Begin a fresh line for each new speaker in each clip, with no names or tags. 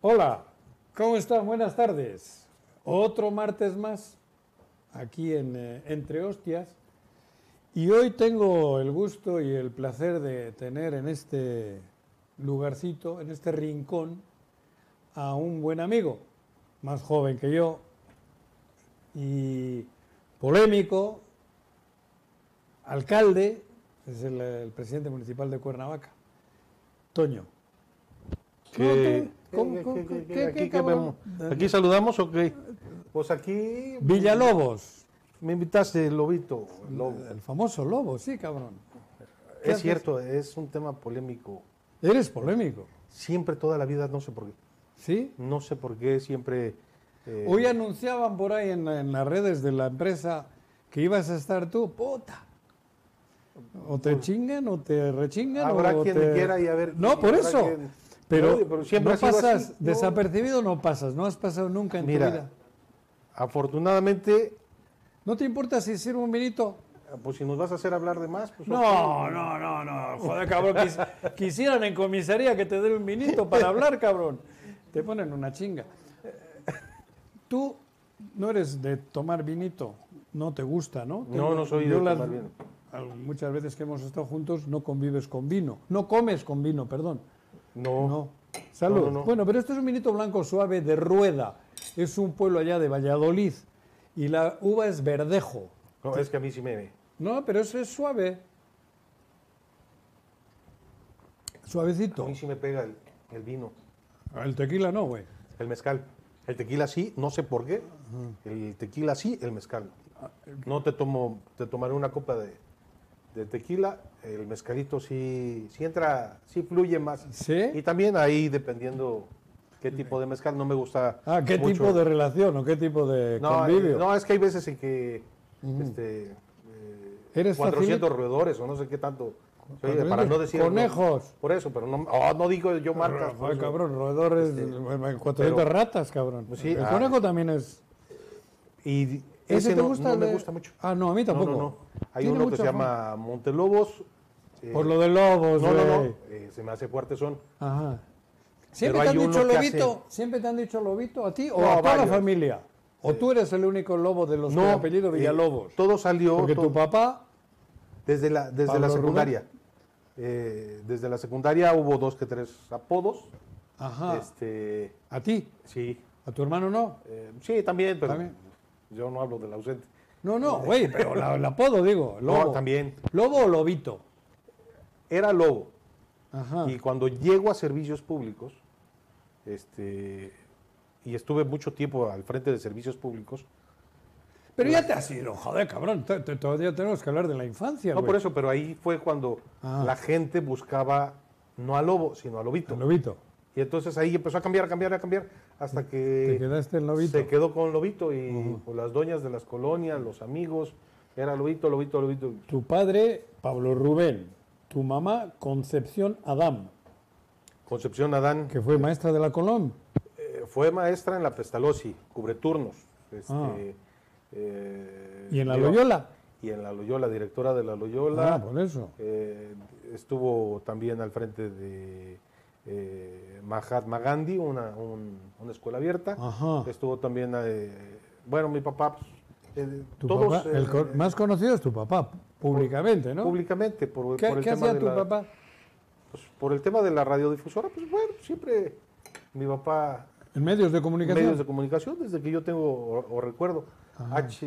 Hola, ¿cómo están? Buenas tardes. Otro martes más aquí en eh, Entre Hostias. Y hoy tengo el gusto y el placer de tener en este lugarcito, en este rincón, a un buen amigo, más joven que yo y polémico, alcalde, es el, el presidente municipal de Cuernavaca, Toño.
¿Qué?
¿Cómo,
¿Qué,
cómo,
qué,
qué,
qué,
qué,
aquí
qué,
qué
cabrón?
¿Aquí saludamos o qué?
Pues aquí
Villalobos,
me invitaste, Lobito. Lobo.
el famoso lobo, sí, cabrón. ¿Qué
Es
haces?
cierto, es un tema polémico.
Eres polémico,
Siempre, toda la vida, no sé por qué.
¿sí?
No sé por qué siempre. eh,
Hoy anunciaban por ahí en, en las redes de la empresa que ibas a estar tú, puta. O te chingan o te rechingan.
Habrá
o
quien
te-
quiera y a ver
No,
quién-
por
habrá
eso.
quien-
Pero,
No, pero siempre
no
ha sido así.
pasas,
No.
desapercibido no pasas, no has pasado nunca en
Mira.
tu vida.
afortunadamente,
¿No te importa si sirve un vinito?
pues si nos vas a hacer hablar de más, pues.
No, no, no, no. Joder, cabrón. quis- quisieran en comisaría que te den un vinito para hablar, cabrón. Te ponen una chinga. Tú no eres de tomar vinito. No te gusta, ¿no?
No, no soy
yo
de tomar vino.
al- Muchas veces que hemos estado juntos no convives con vino. No comes con vino, perdón.
No.
No. Salud.
No, no, no.
Bueno, pero esto es un vinito blanco suave de Rueda. Es un pueblo allá de Valladolid. Y la uva es verdejo.
No, es que a mí sí me.
No, pero eso es suave.
A
Suavecito.
mí sí me pega el, el vino,
El tequila no, güey.
el mezcal. El tequila sí, no sé por qué. El tequila sí, el mezcal.
Ah,
No te tomo, te tomaré una copa de, de tequila. El mezcalito sí, sí entra, sí fluye más.
¿Sí?
Y también ahí dependiendo qué tipo de mezcal, no me gusta.
Ah, ¿qué
mucho.
tipo de relación o qué tipo de
no,
convivio?
eh, no, es que hay veces en que este, eh,
Eres
400
facilita-
roedores o no sé qué tanto. Oye,
400
para no decir.
conejos.
por eso, pero no, oh, no digo yo marcas. por
Joder,
eso.
cabrón, roedores, eh, 400
Este, pero-
ratas, cabrón.
Pues sí,
el
ah.
conejo también es...
Y
¿Ese,
ese
te
no,
gusta?
no
el
me
de-
gusta mucho.
Ah, no, a mí
No, no,
tampoco.
no. Hay
Tiene
uno que
mucha
se
fama.
llama Montelobos. eh,
Por lo de lobos,
No, no, no.
güey.
eh, se me hace fuerte son.
Ajá. ¿Siempre te
hay
han
uno
dicho
que
lobito? ¿Siempre te han dicho lobito a ti o
No,
a toda
varios.
la familia? ¿O tú eres el único lobo de los con apellido
eh,
Villalobos?
todo salió
Porque
to-
tu papá...
desde la, desde
Pablo
la
Rubén.
secundaria. Eh, desde la secundaria hubo dos que tres apodos.
Ajá.
Este,
¿A ti?
sí,
¿A tu hermano no?
eh, sí, también, pero
También.
yo no hablo del ausente.
No, no, güey, pero la- el apodo, digo. Lobo.
No, también.
¿Lobo o lobito?
Era lobo.
Ajá.
Y cuando llego a servicios públicos, este, y estuve mucho tiempo al frente de servicios públicos,
pero ya te has ido, joder, cabrón. te- te- todavía tenemos que hablar de la infancia,
No
güey.
por eso, pero ahí fue cuando
Ah.
la gente buscaba no a lobo, sino a lobito.
El lobito.
Y entonces ahí empezó a cambiar, a cambiar, a cambiar, hasta
Te
que
quedaste en lobito.
se quedó con lobito y con las doñas de las colonias, los amigos, era lobito, lobito, lobito.
Tu padre, Pablo Rubén. Tu mamá, Concepción Adam,
Concepción Adán
que fue maestra de la Colón.
eh, fue maestra en la Pestalozzi, cubreturnos. Este,
Ah.
eh,
Y en la
lleva-
Loyola.
Y en la Loyola, directora de la Loyola.
Ah, por eso.
Eh, estuvo también al frente de eh, Mahatma Gandhi, una, un- una escuela abierta.
Ajá.
Estuvo también, eh, bueno, mi papá, pues, eh,
Tu
todos
papá, el
eh,
co- más conocido es tu papá, públicamente, ¿no?
públicamente, por,
¿Qué,
por el
qué
tema
hacía
de
tu
la,
papá?
pues, por el tema de la radiodifusora, pues bueno, siempre mi papá,
En medios de comunicación.
medios de comunicación, desde que yo tengo o, o recuerdo,
Ah.
H-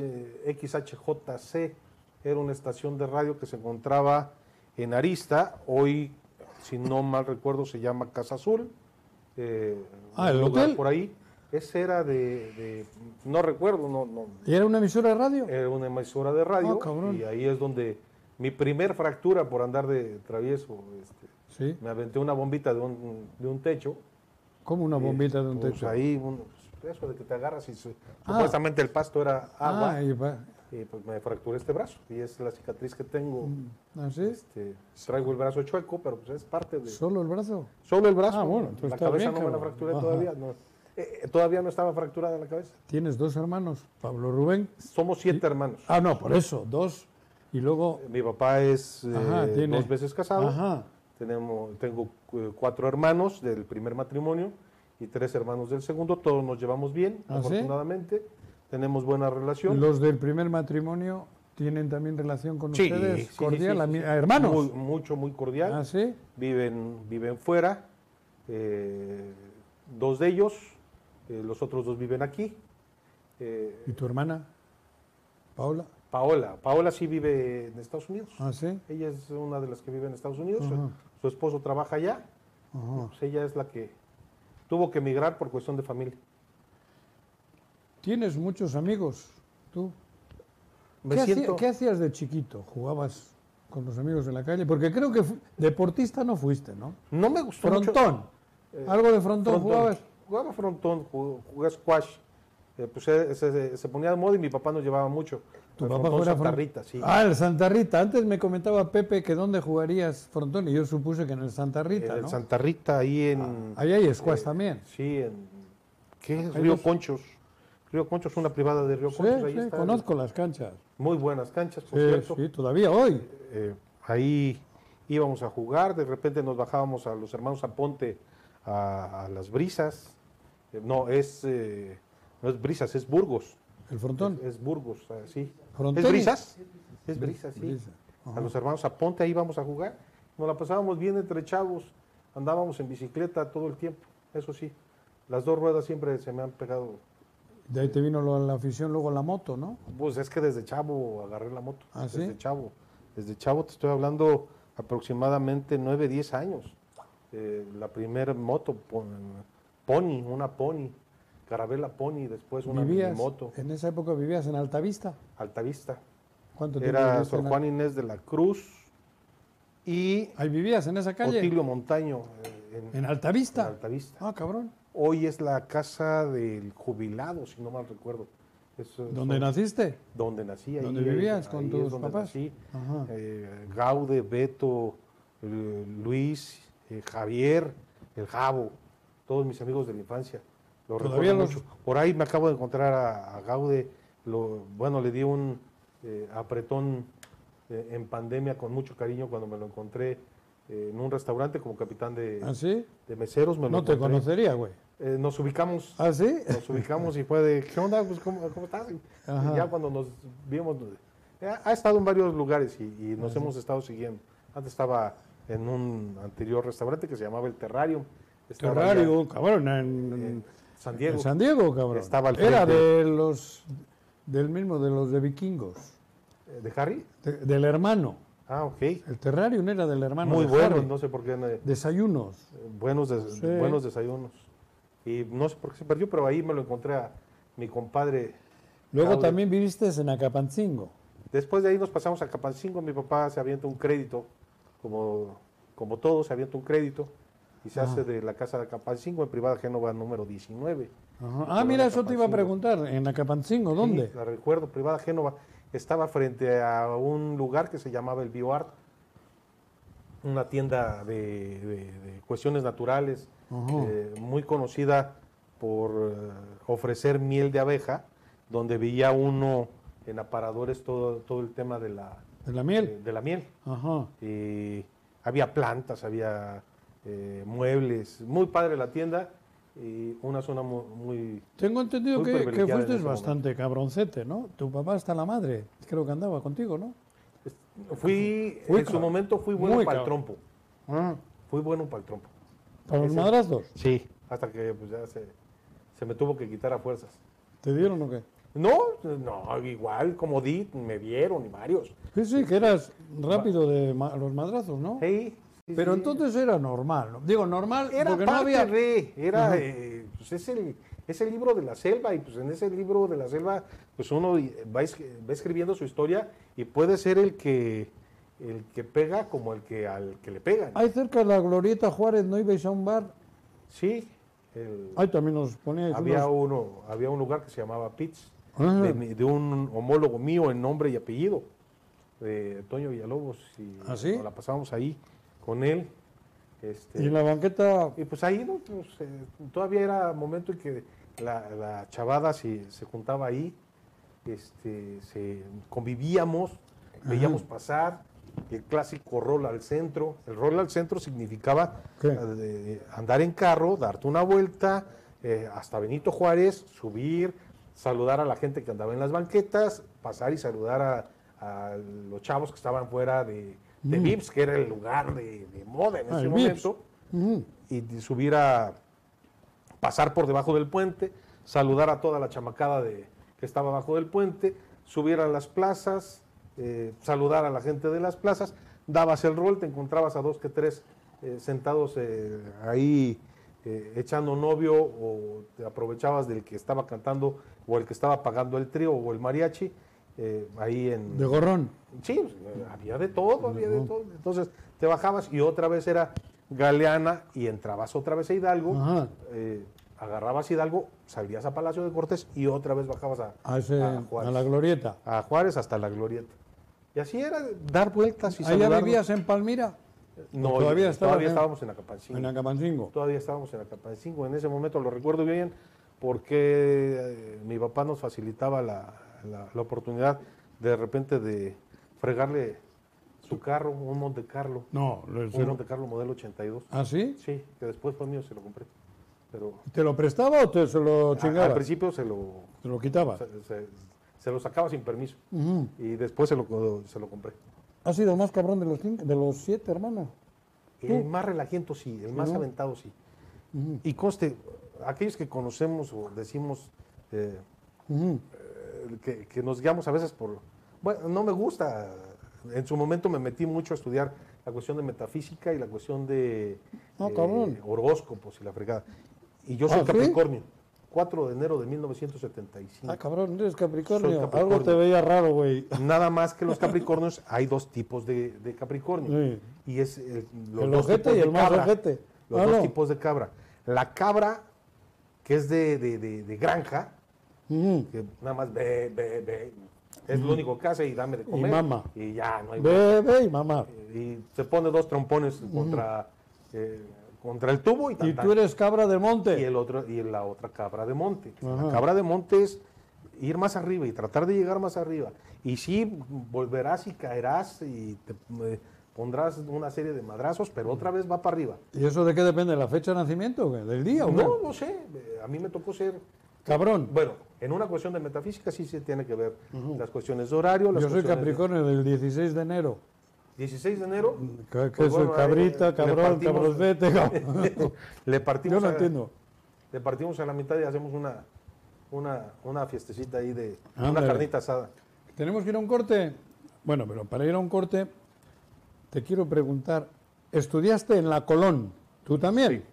XHJC era una estación de radio que se encontraba en Arista, hoy, si no mal recuerdo, se llama Casa Azul. eh,
Ah, el
un lugar
hotel.
Por ahí. Ese era de, de- no recuerdo, no, no,
¿Y era una emisora de radio?
era una emisora de radio
Ah, cabrón.
y ahí es donde mi primer fractura por andar de travieso, este,
sí.
me aventé una bombita de un, de un techo.
Como una bombita de un
Pues
techo.
ahí, un- pues, eso de que te agarras y se-
Ah.
supuestamente el pasto era agua.
Ah, y va-
Y pues me fracturé este brazo. Y es la cicatriz que tengo.
Mm, ¿Así?
Este, traigo el brazo chueco, pero pues es parte de.
¿Solo el brazo?
Solo el brazo.
Ah, bueno, entonces
la
está
cabeza
bien,
no me la
cabrón.
fracturé
Ajá.
todavía. No. Eh, eh, todavía no estaba fracturada la cabeza.
Tienes dos hermanos, Pablo Rubén.
Somos siete hermanos.
Ah, no, por eso, dos. Y luego,
Mi papá es eh,
Ajá, tiene-
dos veces casado.
ajá,
Tenemos, tengo eh, cuatro hermanos del primer matrimonio y tres hermanos del segundo. Todos nos llevamos bien,
¿Ah, sí?
afortunadamente. Tenemos buena relación.
¿Los del primer matrimonio tienen también relación con
Sí, sí,
ustedes?
sí,
cordial,
sí,
ami-
sí.
ah, hermanos.
Muy- mucho, muy cordial.
¿Ah, sí?
viven, viven fuera, eh, dos de ellos, eh, los otros dos viven aquí. eh,
¿Y tu hermana? ¿Paola?
Paola, Paola sí vive en Estados Unidos.
¿Ah, sí?
Ella es una de las que vive en Estados Unidos.
Ajá.
Su, su esposo trabaja allá.
Ajá.
pues ella es la que tuvo que emigrar por cuestión de familia.
¿Tienes muchos amigos tú?
Me
¿Qué, hacía-
siento
qué hacías de chiquito? ¿Jugabas con los amigos en la calle? Porque creo que fu- deportista no fuiste, ¿no?
no me gustó mucho. eh,
Frontón. Algo de frontón, jugabas.
Jugaba frontón, ju- jugué squash. Eh, pues se, se- se ponía de moda y mi papá nos llevaba mucho.
Tu
Al
papá
frontón
jugaba
Santa
fron-
Rita, sí.
Ah, el Santa Rita. Antes me comentaba Pepe que dónde jugarías frontón y yo supuse que en el Santa Rita,
en
¿no? Ah,
el Eh, Santa Eh, Rita, ahí en.
Ahí hay squash también.
Sí, en. ¿Qué es
Ahí
Río
los-
Conchos? Río Conchos, una privada de Río
Sí,
Conchos. ahí
sí,
está.
conozco las canchas.
Muy buenas canchas, por
Sí,
cierto.
sí, todavía hoy.
Eh, ahí íbamos a jugar, de repente nos bajábamos a los hermanos Aponte a, a las brisas. Eh, no, es. eh, no es brisas, es Burgos.
El frontón.
Es, es Burgos, eh, sí.
Frontenis.
¿Es brisas? Es brisas, sí.
Brisa.
A los hermanos Aponte ahí íbamos a jugar. Nos la pasábamos bien entre chavos. Andábamos en bicicleta todo el tiempo. Eso sí. Las dos ruedas siempre se me han pegado.
De ahí te vino lo- la afición, luego la moto, ¿no?
Pues es que desde chavo agarré la moto.
¿Ah, sí?
Desde chavo. Desde chavo te estoy hablando aproximadamente 9, 10 años. Eh, la primera moto, pon- Pony, una Pony. Carabela Pony, después una
Vivías,
moto.
en esa época vivías en Altavista.
Altavista.
¿Cuánto tiempo
Era
viviste en
Sor
la-
Juan Inés de la Cruz y
Ahí vivías, en esa calle.
Otilio Montaño eh, en,
En
en
Altavista.
Altavista.
Ah, cabrón.
Hoy es la casa del jubilado, si no mal recuerdo. Es, eh,
¿Dónde
son-
naciste?
donde nací. ahí-
¿Dónde vivías con
ahí
tus
es donde
papás?
nací.
Ajá.
Eh, Gaude, Beto, eh, Luis, eh, Javier, el Jabo, todos mis amigos de la infancia. Lo
Todavía
recuerdo
los-
mucho. Por ahí me acabo de encontrar a, a Gaude. lo- bueno, le di un eh, apretón eh, en pandemia con mucho cariño cuando me lo encontré eh, en un restaurante como capitán de,
¿Ah, sí?
de meseros. Me lo
No te
encontré.
conocería, güey.
Eh, nos ubicamos
¿Ah, sí?
nos ubicamos y fue de, ¿qué onda? Pues, ¿cómo, cómo estás? Y
Ajá.
ya cuando nos vimos, eh, ha estado en varios lugares y, y nos hemos estado siguiendo. Antes estaba en un anterior restaurante que se llamaba El Terrarium. Estaba allá
Terrario, cabrón, en,
en San Eh, Diego.
en San Diego, cabrón.
Estaba al
Era
frente.
de los, del mismo, de los de vikingos.
Eh, ¿De Harry?
De- del hermano.
Ah, ok.
El terrario era del hermano.
Muy
de
bueno,
Harry.
no sé por qué. eh,
Desayunos.
buenos, des-
Sí.
buenos desayunos. Y no sé por qué se perdió, pero ahí me lo encontré a mi compadre.
Luego
Claudio.
también viviste en Acapancingo.
Después de ahí nos pasamos a Capancingo, mi papá se avienta un crédito, como, como todos, se avienta un crédito y se
Ah.
hace de la casa de Capancingo en privada Génova número 19.
Ajá.
Pero
Ah, mira,
en
eso te iba a
Acapancingo.
preguntar. ¿En Acapancingo dónde?
Sí, la recuerdo, privada Génova. Estaba frente a un lugar que se llamaba el BioArt, una tienda de, de- de cuestiones naturales,
Ajá.
eh, muy conocida por eh, ofrecer miel de abeja, donde veía uno en aparadores todo, todo el tema de la,
¿De la miel?
eh, de la miel.
Ajá.
Y Eh, había plantas, había eh, muebles, muy padre la tienda y una zona mu- muy...
Tengo entendido
Muy
que, que
privilegiada en
fuiste
ese
bastante cabroncete, ¿no? Tu papá hasta la madre, creo que andaba contigo, ¿no?
Fui,
Fui
en su
cabrón.
momento fui bueno
Muy
para el
cabrón.
trompo, fui bueno para el trompo.
¿Para los
Ese-
madrazos?
Mm. Sí. Hasta que pues, ya se, se me tuvo que quitar a fuerzas.
¿Te dieron o qué?
No, no, igual como di, me vieron y varios.
Sí, sí, que eras rápido de ma- los madrazos, ¿no?
Sí, sí,
Pero
sí.
entonces era normal, ¿no? Digo, normal
Era
porque
parte
no había...
de, era,
Ajá.
eh, pues es el, es el libro de la selva y pues en ese libro de la selva pues uno y- va, es- va escribiendo su historia y puede ser el que el que pega como el que al que le pegan.
Ahí cerca de la Glorieta Juárez, ¿no ibais a un bar?
Sí, el-
Ahí también nos poníais
había
unos-
uno, había un lugar que se llamaba Pitts
Ah.
de, mi- de un homólogo mío en nombre y apellido de Toño Villalobos y
¿Ah, sí?
nos la pasábamos ahí con él. Este,
Y en la banqueta...
Y pues ahí, ¿no? Pues, eh, todavía era momento en que la, la chavada se, se juntaba ahí, este, se, convivíamos, veíamos pasar, el clásico rol al centro. El rol al centro significaba
¿Qué?
eh, andar en carro, darte una vuelta eh, hasta Benito Juárez, subir, saludar a la gente que andaba en las banquetas, pasar y saludar a, a los chavos que estaban fuera de, de Vips, que era el lugar de, de moda en
Ah,
ese
el Mm. Vips.
momento
Mm.
y de subir a pasar por debajo del puente, saludar a toda la chamacada de, que estaba abajo del puente, subir a las plazas, eh, saludar a la gente de las plazas, dabas el rol, te encontrabas a dos que tres eh, sentados eh, ahí eh, echando novio o te aprovechabas del que estaba cantando o el que estaba pagando el trío o el mariachi eh, ahí en,
De gorrón.
Sí, pues, había de todo, había de todo. Entonces te bajabas y otra vez era Galeana y entrabas otra vez a Hidalgo,
Ajá.
eh, agarrabas Hidalgo, salías a Palacio de Cortés y otra vez bajabas a,
A, ese-
a
a
Juárez.
la glorieta.
A Juárez hasta la Glorieta. Y así era dar vueltas y
¿Allá
saludar.
vivías en Palmira?
No,
¿O todavía
todavía,
estabas en-
estábamos en Acapancingo.
En Acapancingo.
Todavía estábamos en Acapancingo. En ese momento lo recuerdo bien porque eh, mi papá nos facilitaba la, la- la oportunidad de repente de fregarle su carro, un Monte Carlo.
No, lo- se
Un
lo-
Monte Carlo modelo 82.
¿Ah, sí?
Sí, que después fue mío, se lo compré. Pero
¿Te lo prestaba o te se lo
a- al
chingaba?
principio se lo,
Te lo quitaba.
se, se- se lo sacaba sin permiso.
Ujú.
Y después se lo, co- se lo compré.
¿Has sido el más cabrón de los, cinco- de los siete, hermano?
El más relajiento sí, Mm. el más
¿no?
aventado sí. Y conste, aquellos que conocemos o decimos eh,
Ujú.
eh, que, que nos guiamos a veces por... Bueno, no me gusta. En su momento me metí mucho a estudiar la cuestión de metafísica y la cuestión de
Ah, cabrón.
horóscopos y la fregada. Y yo soy
¿Ah, sí?
Capricornio. 4 de enero de 1975.
Ah, cabrón, eres Capricornio.
Soy Capricornio.
Algo te veía raro, güey.
Nada más que los Capricornios, hay dos tipos de, de Capricornio.
Sí.
Y es el, los
El
dos
ojete
tipos
y
de
el más
cabra.
ojete.
Los
Ah,
dos
no.
tipos de cabra. La cabra, que es de, de- de- de granja,
Ujú.
que nada más ve, ve, ve. Es lo único que hace y dame de
Y
comer.
mama.
Y ya, no hay
Bebe y mamá.
Y se pone dos trompones contra, eh, contra el tubo y, tan,
Y
tan.
tú eres cabra de
Y
monte.
el otro, y la otra cabra de monte.
Ajá.
La cabra de monte es ir más arriba y tratar de llegar más arriba. Y sí, volverás y caerás y te eh, pondrás una serie de madrazos, pero otra vez va para arriba.
¿Y eso de qué depende? ¿La fecha de nacimiento? güey? ¿Del día o qué?
No, no sé, eh, a mí me tocó ser...
Cabrón.
Bueno, en una cuestión de metafísica sí se tiene que ver las cuestiones de horario, las
Yo soy
cuestiones de-
Capricornio del 16 de enero.
16 de enero.
Que, que
pues
soy
bueno, ahí,
cabrita,
eh, le
cabrón,
partimos-
cabrosete, cabrón.
Le
Yo
partimos
no
pues, a-
entiendo.
Le partimos a la mitad y hacemos una, una, una fiestecita ahí de...
Ándale.
Una carnita asada.
Tenemos que ir a un corte. Bueno, pero para ir a un corte, te quiero preguntar, ¿estudiaste en la Colón? ¿Tú también?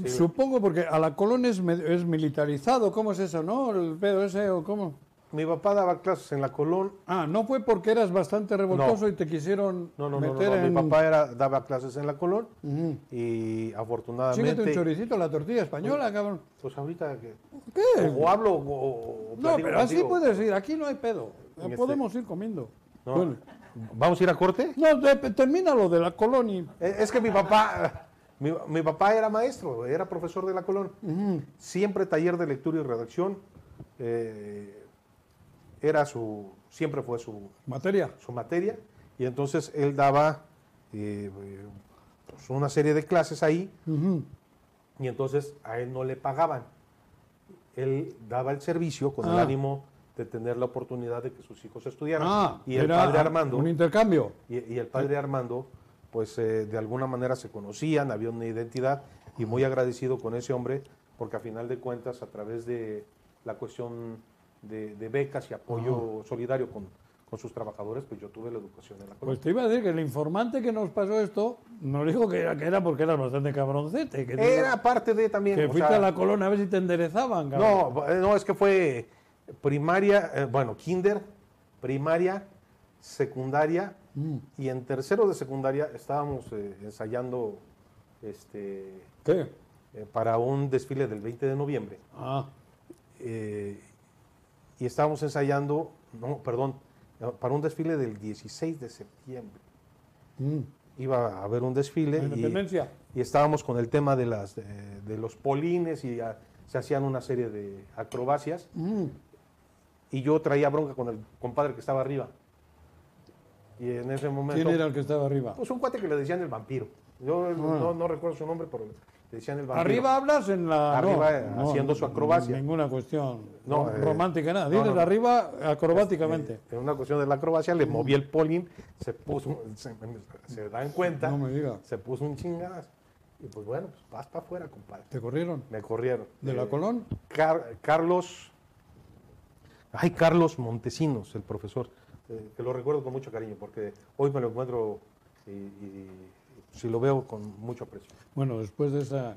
Sí.
Supongo porque a la Colón es, me- es militarizado, ¿cómo es eso, no? El pedo ese o cómo.
Mi papá daba clases en la Colón.
Ah, no fue porque eras bastante revoltoso y te quisieron
No, no, no, no,
meter
no,
en...
Mi papá era, daba clases en la Colón
Ujú.
y
Chíngate un
afortunadamente.
choricito, la tortilla española, cabrón.
Pues ahorita que.
¿Qué?
O hablo o. o
Eh, No,
platico
pero así
contigo.
puedes ir, aquí no hay pedo.
En este-
Podemos ir comiendo.
No.
Bueno.
¿Vamos a ir a corte?
No, de- termina lo de la colonia.
Eh, Es que mi papá. Mi, mi papá era maestro, era profesor de la Colón. Siempre taller de lectura y redacción. eh, era su. Siempre fue su,
Materia.
su materia y entonces él daba eh, eh, pues, una serie de clases ahí
Ujú.
y entonces a él no le pagaban. Él daba el servicio con el
Ah.
ánimo de tener la oportunidad de que sus hijos estudiaran.
Ah,
y el
era
padre Armando,
Un intercambio.
y, y el padre Armando, pues eh, de alguna manera se conocían, había una identidad y muy agradecido con ese hombre, porque a final de cuentas, a través de la cuestión de, de becas y apoyo solidario con, con sus trabajadores, pues yo tuve la educación en la
Pues
colonia.
te iba a decir que el informante que nos pasó esto nos dijo que era, que era porque eras bastante cabroncete. Que, te-
Era parte de también.
que
o
fuiste
sea,
a la colona a ver si te enderezaban, cabrón.
No, eh, no, es que fue primaria, eh, bueno, kinder, primaria, secundaria,
Mm.
y en tercero de secundaria estábamos eh, ensayando este,
¿Qué?
eh, para un desfile del 20 de noviembre.
Ah,
eh, y estábamos ensayando, no, perdón, no, para un desfile del 16 de septiembre.
mm,
Iba a haber un desfile
la
y,
independencia.
y estábamos con el tema de, las, eh, de, los polines y ah, se hacían una serie de acrobacias
Mm,
y yo traía bronca con el compadre que estaba arriba. Y en ese momento.
¿Quién era el que estaba arriba?
Pues un cuate que le decían el vampiro. Yo no, no recuerdo su nombre, pero le decían el vampiro.
Arriba hablas en la. no,
Arriba, eh,
no,
haciendo su acrobacia.
Ninguna cuestión
No,
rom-
eh,
romántica, nada.
no,
Dices
no, eh, no.
arriba acrobáticamente.
En una cuestión de la acrobacia le moví el polín, se puso, se, se dan cuenta,
No me digas.
se puso un chingadazo. Y pues bueno, pues vas para afuera, compadre.
¿Te corrieron?
Me corrieron.
¿De la
Eh,
Colón?
Car- Carlos. Ay, Carlos Montesinos, el profesor. eh, que lo recuerdo con mucho cariño, porque hoy me lo encuentro y, y- y si lo veo con mucho aprecio.
Bueno, después de esa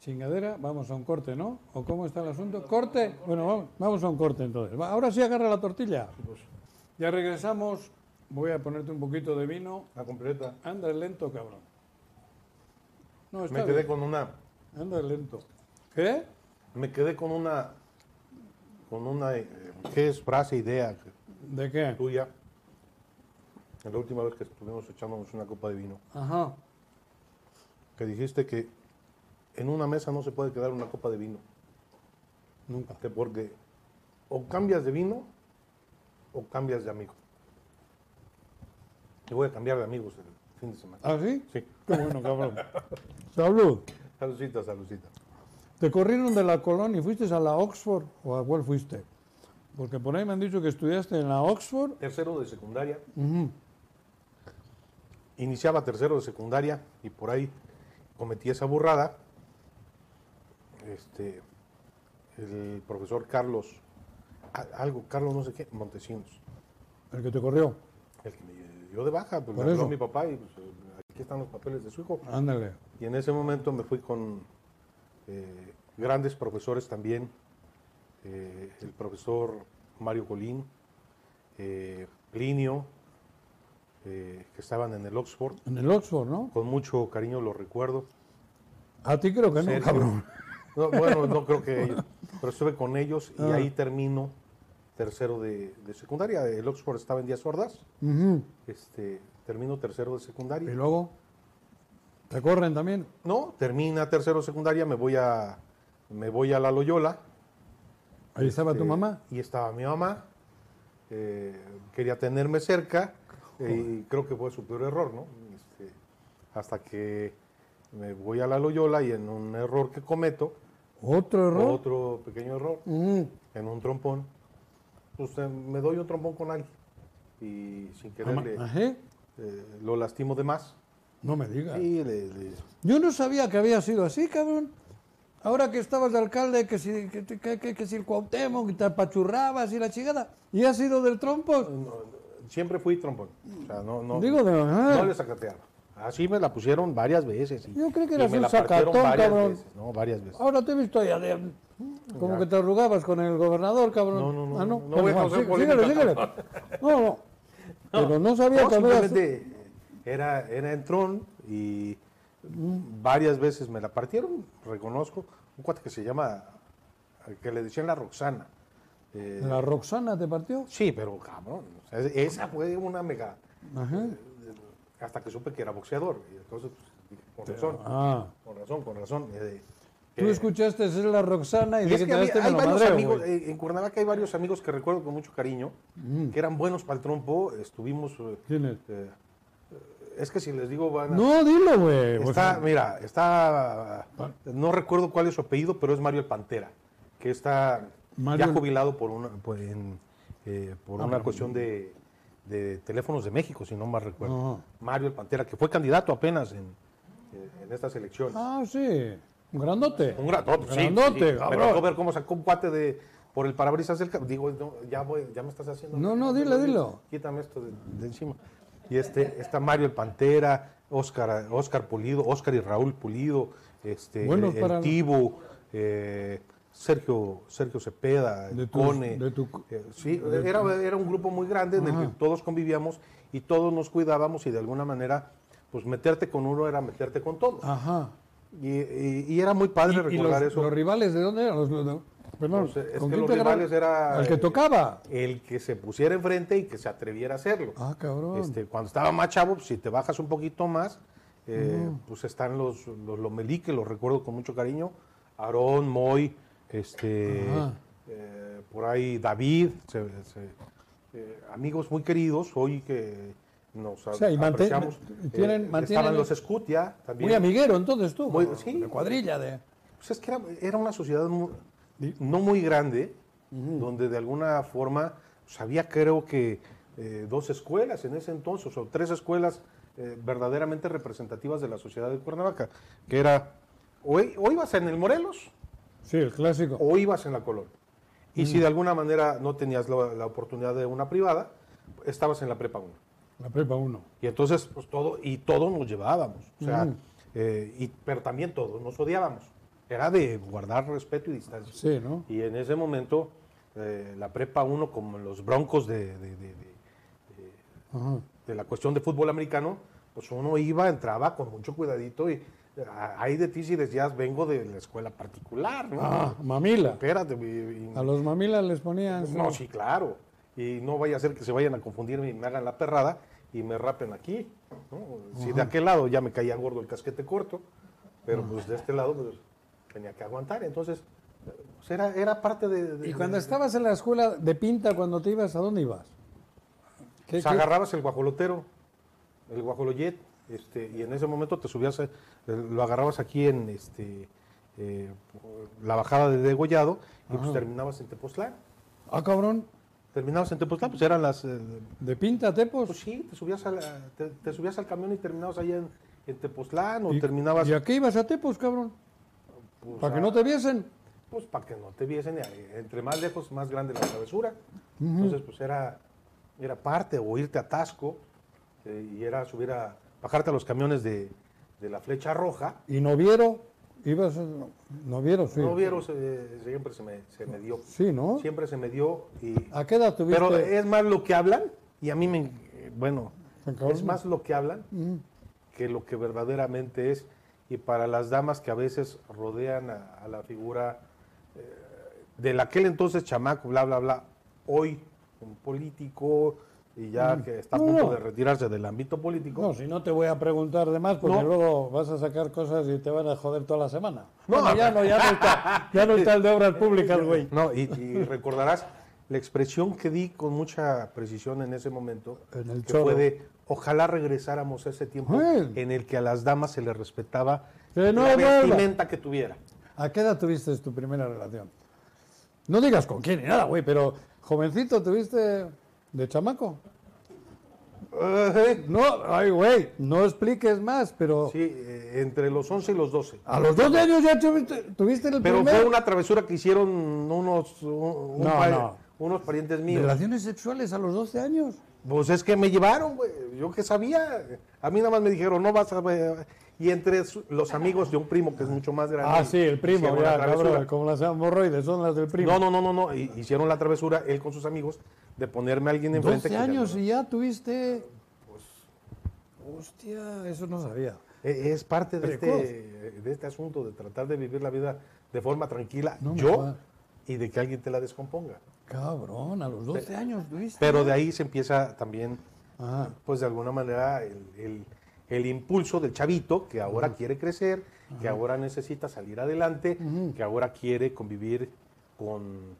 chingadera, vamos a un corte, ¿no? ¿O cómo está el asunto? ¿Corte? Bueno, vamos, vamos a un corte entonces. Va, Ahora sí agarra la tortilla. Ya regresamos. Voy a ponerte un poquito de vino.
La completa.
Anda lento, cabrón. No,
Me
está
quedé
bien.
con una.
Anda lento. ¿Qué?
Me quedé con una. Con una. eh, ¿Qué es frase, idea?
¿De qué?
tuya. La última vez que estuvimos echándonos una copa de vino,
Ajá.
que dijiste que en una mesa no se puede quedar una copa de vino,
Nunca.
que porque o cambias de vino o cambias de amigo. Y voy a cambiar de amigos el fin de semana.
¿Ah, sí?
Sí,
Qué bueno, cabrón. Salud.
saludcita, saludcita.
Te corrieron de la Colón y fuiste a la Oxford. ¿O a cuál fuiste? Porque por ahí me han dicho que estudiaste en la Oxford.
Tercero de secundaria,
Ujú.
iniciaba tercero de secundaria y por ahí cometí esa burrada. Este, el profesor Carlos, a- algo, Carlos no sé qué, Montesinos,
El que te corrió.
el que me dio de baja, pues me
Por
habló
eso.
mi papá y pues, eh, aquí están los papeles de su hijo.
Ándale.
Y en ese momento me fui con eh, grandes profesores también, eh, el profesor Mario Colín, eh, Plinio, eh, que estaban en el Oxford.
En el Oxford, ¿no?
Con mucho cariño lo recuerdo.
A ti creo que no,
Sergio.
cabrón.
No, bueno, no creo que ellos, pero estuve con ellos y ahí termino tercero de, de secundaria. El Oxford estaba en Díaz Ordaz.
Ujú.
Este, termino tercero de secundaria.
Y luego. ¿Te corren también?
No, termina tercero de secundaria, me voy a, me voy a la Loyola.
Ahí estaba tu
Eh,
mamá.
Y estaba mi mamá. Eh, quería tenerme cerca eh, y creo que fue su peor error, ¿no? Este, hasta que me voy a la Loyola y en un error que cometo,
¿Otro error?
otro pequeño error,
Ujú.
en un trompón. Pues eh, me doy un trompón con alguien y sin querer
Ama-
le-
Ajé.
eh, lo lastimo de más.
No me digas.
Y le- le-
Yo no sabía que había sido así, cabrón. Ahora que estabas de alcalde, que si, que, que- que- que si el Cuauhtémoc, que te apachurrabas y la chingada. ¿Y has sido del trompo?
no, siempre fui trompón. O sea, no, no,
Digo, de- ah.
no le sacateaba. Así me la pusieron varias veces. y-
Yo creí que
y
eras
me
un
la partieron
sacatón,
varias
cabrón. Ah,
veces, no, varias veces.
Ahora te he visto ya de... Como
Mm, Ya.
que te arrugabas con el gobernador, cabrón.
No, no, no,
Ah,
no, no
Bueno,
voy a
bueno,
causar
sí-
polémica,
síguele, síguele. No, no. Pero no sabía
No,
que había sido...
simplemente era, era entrón y varias veces me la partieron, reconozco. Un cuate que se llama, que le decían la Roxana. eh,
¿La Roxana te partió?
Sí, pero cabrón. o sea, esa fue una mega.
Ajá.
Hasta que supe que era boxeador. Y entonces, pues, dije, con razón,
Ah.
con razón, con razón. eh,
Tú
que-
escuchaste ser la Roxana y,
Y es
dijiste,
que había-
"Este me
hay
lo
varios
madreo,
amigos,
güey". Mm.
eh, en Cuernavaca hay varios amigos que recuerdo con mucho cariño, que eran buenos para el trompo. Estuvimos. eh,
¿Quién es? este?
eh, es que si les digo, van a-
No, dilo, güey. pues, Ah.
Está, mira, está. No recuerdo cuál es su apellido, pero es Mario el Pantera, que está
Mario
ya
el- Ah,
jubilado por una, por, en, eh, por una cuestión de, de teléfonos de México, si no mal recuerdo.
Ajá.
Mario el Pantera, que fue candidato apenas en, eh, en estas elecciones.
Ah, sí. Un grandote.
Un grandote, sí,
Grandote,
sí, sí. Me
cabrón.
tocó ver cómo sacó un cuate de, por el parabrisas del carro. Digo, no, ya, voy, ya me estás haciendo.
No, no, dilo, dilo.
Quítame esto de, de encima. Y este, está Mario el Pantera, Oscar, Oscar Pulido, Oscar y Raúl Pulido, este,
Buenos
el
para-
Tibo, eh, Sergio, Sergio Cepeda,
De
el
tus-
Cone.
de tu-
Eh, sí, era, era un grupo muy grande en el que todos convivíamos y todos nos cuidábamos y de alguna manera, pues meterte con uno era meterte con todos.
Ajá.
Y, y- y era muy padre
Ah. ¿Y
recordar
los,
eso.
los rivales de dónde eran? Los, los- los- perdón,
Pues, es
¿con
que
quién
los
te agarraron?
rivales era,
El que
eh,
tocaba.
El que se pusiera enfrente y que se atreviera a hacerlo.
Ah, cabrón.
Este, cuando estaba más chavo, pues, si te bajas un poquito más, eh, pues están los, los Lomelí, que los recuerdo con mucho cariño. Aarón, Moy, este,
Ajá.
eh, por ahí David, se- se- eh, amigos muy queridos, hoy que nos
O sea, y manten-
apreciamos. Eh,
y tienen- mantienen-
estaban los Scutia también.
Muy amiguero, entonces tú.
Muy-
como
sí.
De cuadrilla, de.
Pues es que era, era una sociedad mu- no muy grande, donde de alguna forma pues, había creo que eh, dos escuelas en ese entonces, o tres escuelas eh, verdaderamente representativas de la sociedad de Cuernavaca, que era o, i- o ibas en el Morelos
Sí, el clásico.
o ibas en la Colón. Y si de alguna manera no tenías la, la oportunidad de una privada, estabas en la prepa 1.
La prepa 1.
Y entonces, pues todo, y todos nos llevábamos. O sea,
Ujú.
eh, y, pero también todos nos odiábamos. Era de guardar respeto y distancia.
Sí, ¿no?
Y en ese momento, eh, la prepa 1, como los broncos de, de- de- de-
Ajá.
de la cuestión de fútbol americano, pues uno iba, entraba con mucho cuidadito y eh, ahí de ti si decías, vengo de la escuela particular, ¿no?
Ah, mamila.
Espérate, y- y-
A los mamilas les ponían.
no, sí, claro. Y no vaya a ser que se vayan a confundir y me hagan la perrada y me rapen aquí. ¿no? Si de aquel lado ya me caía gordo el casquete corto, pero pues de este lado pues, tenía que aguantar. Entonces, eh, pues, era, era parte de... de-
Y cuando
de-
estabas en la escuela de pinta, cuando te ibas, ¿a dónde ibas? ¿Qué-
Pues,
qué-
agarrabas el guajolotero, el guajoloyet, este, y en ese momento te subías, a- lo agarrabas aquí en este, eh, la bajada de Degollado y pues terminabas en Tepoztlán.
Ah, cabrón.
Terminabas en Tepoztlán, pues eran las... eh,
¿De pinta, Tepos?
pues sí, te subías, a la- te, te subías al camión y terminabas allá en, en Tepoztlán o
¿Y,
terminabas...
¿Y a qué ibas a Tepos, cabrón?
pues,
Para que
a-
no te viesen.
Pues para que no te viesen, eh, entre más lejos, más grande la travesura. Entonces, pues era, era parte, o irte a Tasco, eh, y era subir a, bajarte a los camiones de, de la flecha roja.
¿Y noviero? ¿Ibas? a- Noviero, sí.
No vieron, eh, siempre se me, se me dio.
Sí, ¿no?
Siempre se me dio. Y,
¿A qué edad tuviste?
pero eh, es más lo que hablan, y a mí me, eh, bueno,
Se Mm. encabrona.
es más lo que hablan que lo que verdaderamente es. Y para las damas que a veces rodean a, a la figura de del aquel entonces chamaco, bla, bla, bla, hoy un político y ya que está a
Mm. No,
punto
no.
de retirarse del ámbito político.
No, si no te voy a preguntar de más, porque
No.
luego vas a sacar cosas y te van a joder toda la semana.
No.
Bueno, ya no, ya no está. Ya no está el de obras públicas, güey.
No, y, y recordarás la expresión que di con mucha precisión en ese momento,
En el
que
choro.
fue de ojalá regresáramos a ese tiempo
Ay.
en el que a las damas se les respetaba
Que no
la
vuelva.
vestimenta que tuviera.
¿A qué edad tuviste tu primera relación? No digas con quién ni nada, güey, pero jovencito tuviste de chamaco. No, ay, güey, no expliques más, pero
Sí, eh, entre los 11 y los 12.
a los 12 años ya tuviste, tuviste el
Pero
Ah, primer-
fue una travesura que hicieron unos, un- un
No,
pa-
no.
unos parientes míos.
Relaciones sexuales a los 12 años.
Pues es que me llevaron, güey. Yo qué sabía. A mí nada más me dijeron, no vas a ver. Y entre su- los amigos de un primo que es mucho más grande.
Ah, sí, el primo,
hicieron
ya,
la travesura.
cabrón, como las hemorroides, son las del primo.
No, no, no, no, no. hi- Hicieron la travesura, él con sus amigos, de ponerme a alguien
12
enfrente. que ya no-
años y ya tuviste. pues, Hostia, eso no sabía.
E- Es parte de
Precoz.
este, de este asunto, de tratar de vivir la vida de forma tranquila,
No me
yo,
jodas.
y de que alguien te la descomponga.
Cabrón, a los 12 años tuviste. Ah,
Pero de ahí se empieza también,
Ajá.
pues de alguna manera, el, el- el impulso del chavito que ahora quiere crecer, que ahora necesita salir adelante, que ahora quiere convivir con.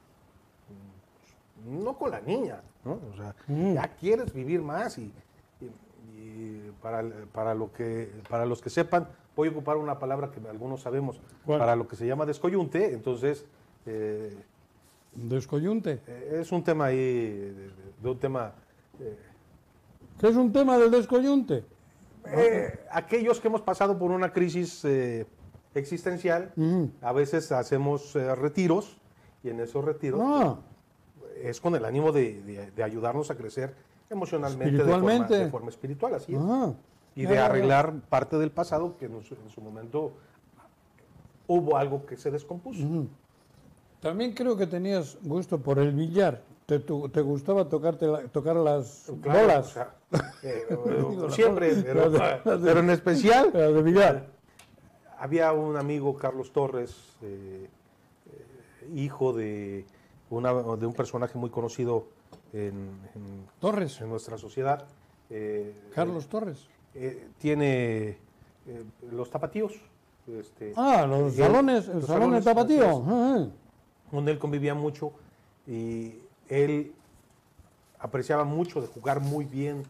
No con la niña, ¿no? O sea, ya quieres vivir más y. y- y para, para lo que, para los que sepan, voy a ocupar una palabra que algunos sabemos,
¿Cuál?
para lo que se llama descoyunte, entonces eh,
Descoyunte.
eh, es un tema ahí, de, de- de un tema eh,
¿Qué es un tema del descoyunte?
Eh, aquellos que hemos pasado por una crisis eh, existencial,
Ujú.
a veces hacemos eh, retiros y en esos retiros eh,
Ah,
es con el ánimo de, de- de ayudarnos a crecer emocionalmente, de forma,
Espiritualmente.
de forma espiritual, así es.
ah.
Y
Ya,
de
ya, ya.
arreglar parte del pasado que en su, en su momento hubo algo que se descompuso.
También creo que tenías gusto por el billar. Te, tu- te gustaba tocarte la- tocar las
Claro,
bolas.
o sea, eh, siempre, pero, pero en especial
Las Eh, de billar.
Había un amigo, Carlos Torres, eh, eh, hijo de, una- de un personaje muy conocido en, en-
Torres.
en nuestra sociedad. eh,
Carlos Torres.
eh, tiene eh, los tapatíos. este,
Ah, los
y él-
salones, el
los
salón de
salones,
tapatío.
entonces,
Ah,
Con él convivía mucho y él apreciaba mucho de jugar muy bien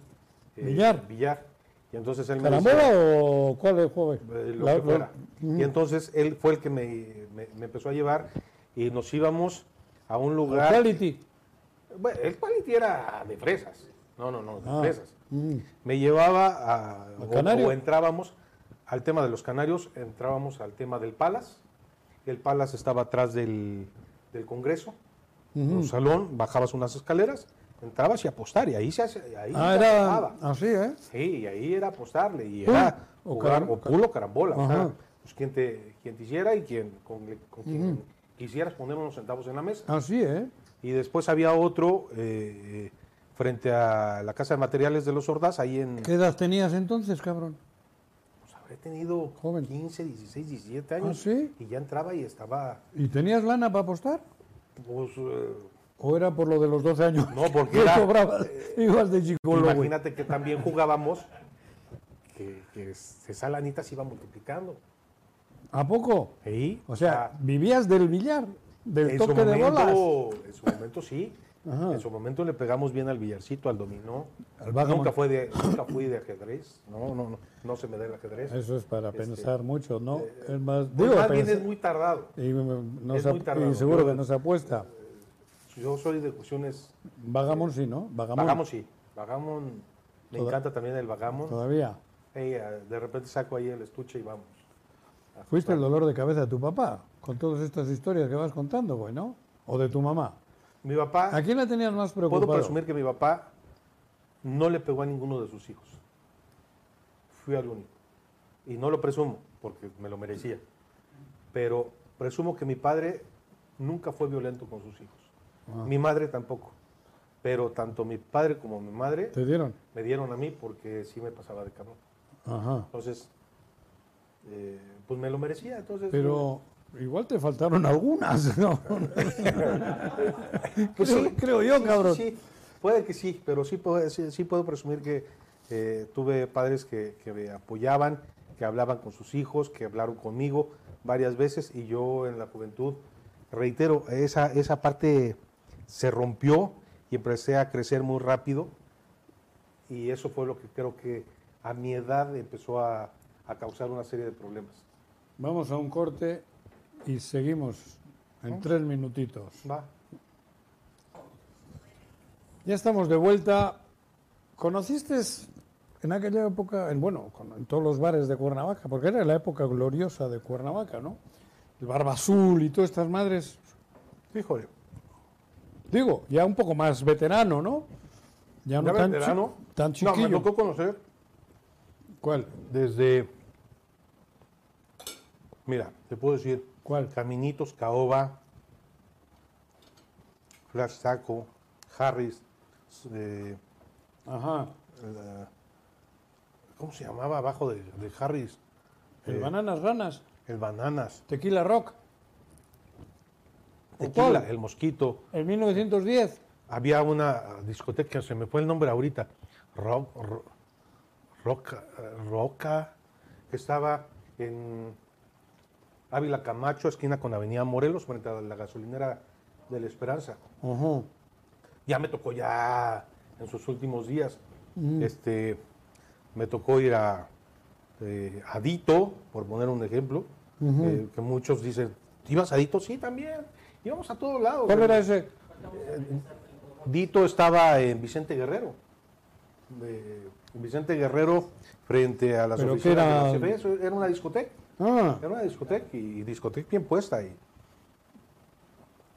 eh,
Villar.
Villar. Y entonces él me dice,
¿Caramola o cuál es el juego?
eh, lo
La-
que fuera.
Mm.
Y entonces él fue el que me, me- me empezó a llevar y nos íbamos a un lugar.
Quality.
Bueno, el quality era de fresas. No, no, no, de
Ah.
fresas.
Mm.
Me llevaba a. o-
Canario?
o entrábamos al tema de los canarios, entrábamos al tema del Palace. El Palace estaba atrás del, del Congreso, un salón, bajabas unas escaleras, entrabas y apostar, y ahí se hace. Ahí
Ah,
se
era
acababa.
así, ¿eh?
Sí, y ahí era apostarle y
Pool
era
o
jugar
caram-
o pool o carambola. o sea,
Ajá.
pues quien te, quien te hiciera y quien, con, con quien quisieras poner unos centavos en la mesa.
Así, ¿eh?
Y después había otro eh, frente a la Casa de Materiales de los Ordaz, ahí en...
¿Qué edad tenías entonces, cabrón?
Pues habré tenido
Joven.
15, 16, 17 años.
¿Ah, sí?
Y ya entraba y estaba...
¿Y tenías lana para apostar?
pues, eh,
¿O era por lo de los 12 años?
No, porque
Que
era- eh,
cobrabas, ibas de chicolo, güey.
imagínate que también jugábamos, que, que es- esa lanita se iba multiplicando.
¿A poco?
Sí,
O sea, vivías del billar, del
Ah. en su
toque de bolas.
momento, en su momento sí.
Ajá.
En su momento le pegamos bien al billarcito, al dominó.
Al backgammon.
nunca, fue de, nunca fui de ajedrez. No, no, no. No se me da el ajedrez.
Eso es para
Este,
pensar mucho, ¿no?
eh,
es más,
Pues
digo,
más bien
pensar-
es muy tardado.
y, mm, no
es
se
muy
ap-
tardado.
y seguro
Yo-
que no se apuesta.
Yo soy de cuestiones.
Vagamon sí, ¿no? Vagamon.
Vagamon sí. Vagamon. Me
Toda-
encanta también el Vagamon.
Todavía.
Ey, ah, de repente saco ahí el estuche y vamos.
Fuiste el dolor de cabeza de tu papá con todas estas historias que vas contando, güey, ¿no? O de tu mamá.
Mi papá.
¿A quién la tenías más preocupada?
Ah. Puedo presumir que mi papá no le pegó a ninguno de sus hijos. Fui al único. Y no lo presumo, porque me lo merecía. Pero presumo que mi padre nunca fue violento con sus hijos.
Ah.
Mi madre tampoco. Pero tanto mi padre como mi madre
¿Te dieron?
me dieron a mí porque sí me pasaba de cabrón.
Ajá.
Entonces, eh, pues me lo merecía. Entonces,
Pero igual te faltaron algunas, ¿no?
Pues
creo,
sí,
creo yo,
sí, sí,
cabrón.
sí. Puede que sí, pero sí, puedo- sí, sí puedo presumir que eh, tuve padres que, que me apoyaban, que hablaban con sus hijos, que hablaron conmigo varias veces y yo en la juventud, reitero, esa, esa parte se rompió y empecé a crecer muy rápido y eso fue lo que creo que a mi edad empezó a, a causar una serie de problemas.
Vamos a un corte y seguimos en tres minutitos.
Va.
Ya estamos de vuelta. ¿Conociste en aquella época, en, bueno, con- en todos los bares de Cuernavaca, porque era la época gloriosa de Cuernavaca, ¿no? El Barba Azul y todas estas madres.
Híjole,
Digo, ya un poco más veterano, ¿no? Ya no
ya
tan, chi-
veterano,
tan
no, me
chiquillo.
tocó conocer
¿Cuál?
Desde, mira, te puedo decir,
¿Cuál?
Caminitos, Caoba, Flash Saco, Harris, eh,
Ajá.
la- ¿cómo se llamaba abajo de, de Harris?
El
Eh,
Bananas Ranas,
El Bananas,
Tequila Rock,
Tequila,
Opal.
El Mosquito.
en 1910.
Había una discoteca, se me fue el nombre ahorita, Ro- Ro- Roca, Roca, que estaba en Ávila Camacho, esquina con Avenida Morelos, frente a la gasolinera de la Esperanza.
Ajá.
Ya me tocó ya en sus últimos días. Este, me tocó ir a eh, a Dito, por poner un ejemplo, eh, que muchos dicen, ¿ibas a Dito? Sí, también. Íbamos a todos lados.
¿Cuál era ese?
Dito estaba en Vicente Guerrero. De- en Vicente Guerrero frente a las
Pero que
oficinas
era-
de la CFE. Eso Era una discoteca.
Ah,
Era una discoteca y, y discoteca bien puesta ahí.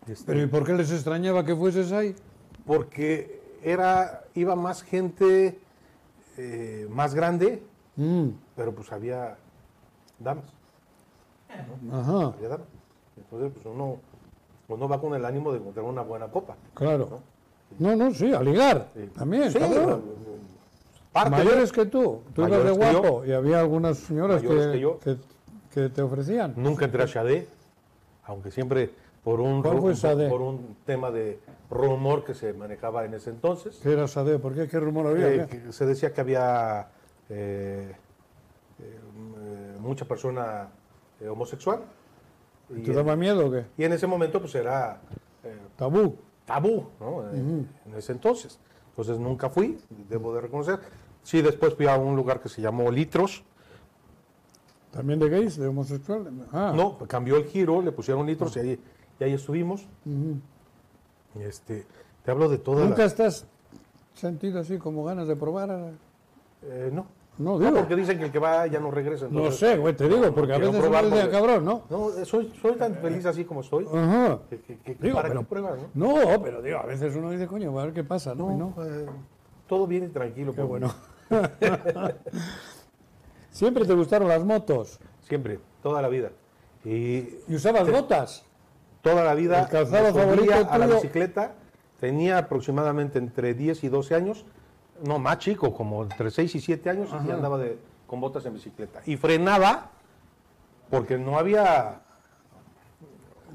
Este,
pero ¿y por qué les extrañaba que fueses ahí?
porque era, iba más gente eh, más grande,
Mm,
pero pues había damas.
Ajá,
Había damas. Entonces, pues uno, uno va con el ánimo de encontrar una buena copa.
claro. No, no, sí, a ligar.
Sí.
También,
Sí,
cabrón.
parte de-
Mayores que tú. Tú ibas de
Mayores que yo.
guapo y había algunas señoras
Mayores
que,
que yo. Mm.
que- que te ofrecían.
Nunca entré a Shadé, aunque siempre por un,
¿Cuál fue
ru-
Sade?
por un tema de rumor que se manejaba en ese entonces.
¿Qué era Sade? ¿Por qué? ¿Qué rumor había?
Eh,
¿Qué?
que se decía que había eh, eh, eh, mucha persona eh, homosexual. Y,
¿Te daba miedo o qué?
y en ese momento pues era eh,
Tabú.
tabú ¿no? Eh, en ese entonces. Entonces nunca fui, debo de reconocer. Sí, después fui a un lugar que se llamó Litros.
¿También de gays? ¿De homosexuales? Ah,
No, cambió el giro, le pusieron Litros y ahí, y ahí estuvimos.
ujú.
Este, te hablo de todas
¿Nunca
las...
estás sentido así como ganas de probar? a-
Eh, no.
No,
No,
digo.
porque dicen que el que va ya no regresa.
No
entonces-
sé, güey, te digo, porque a
quiero
veces uno
probar
es de
porque-
cabrón, ¿no?
No, eh, soy, soy tan feliz así como soy.
Ajá.
que- que- que-
Digo,
para
pero-
que pruebas, ¿no?
No, pero digo, a veces uno dice, coño, a ver qué pasa, ¿no? Y no.
eh, todo viene tranquilo.
Qué
pues,
bueno. Siempre te gustaron las motos.
Siempre, toda la vida. Y
¿Y usabas botas?
toda la vida
El calzado
me subía
favorito
a la
tuyo.
bicicleta. Tenía aproximadamente entre 10 y 12 años, no más chico, como entre 6 y 7 años, y andaba de, con botas en bicicleta. Y frenaba porque no había,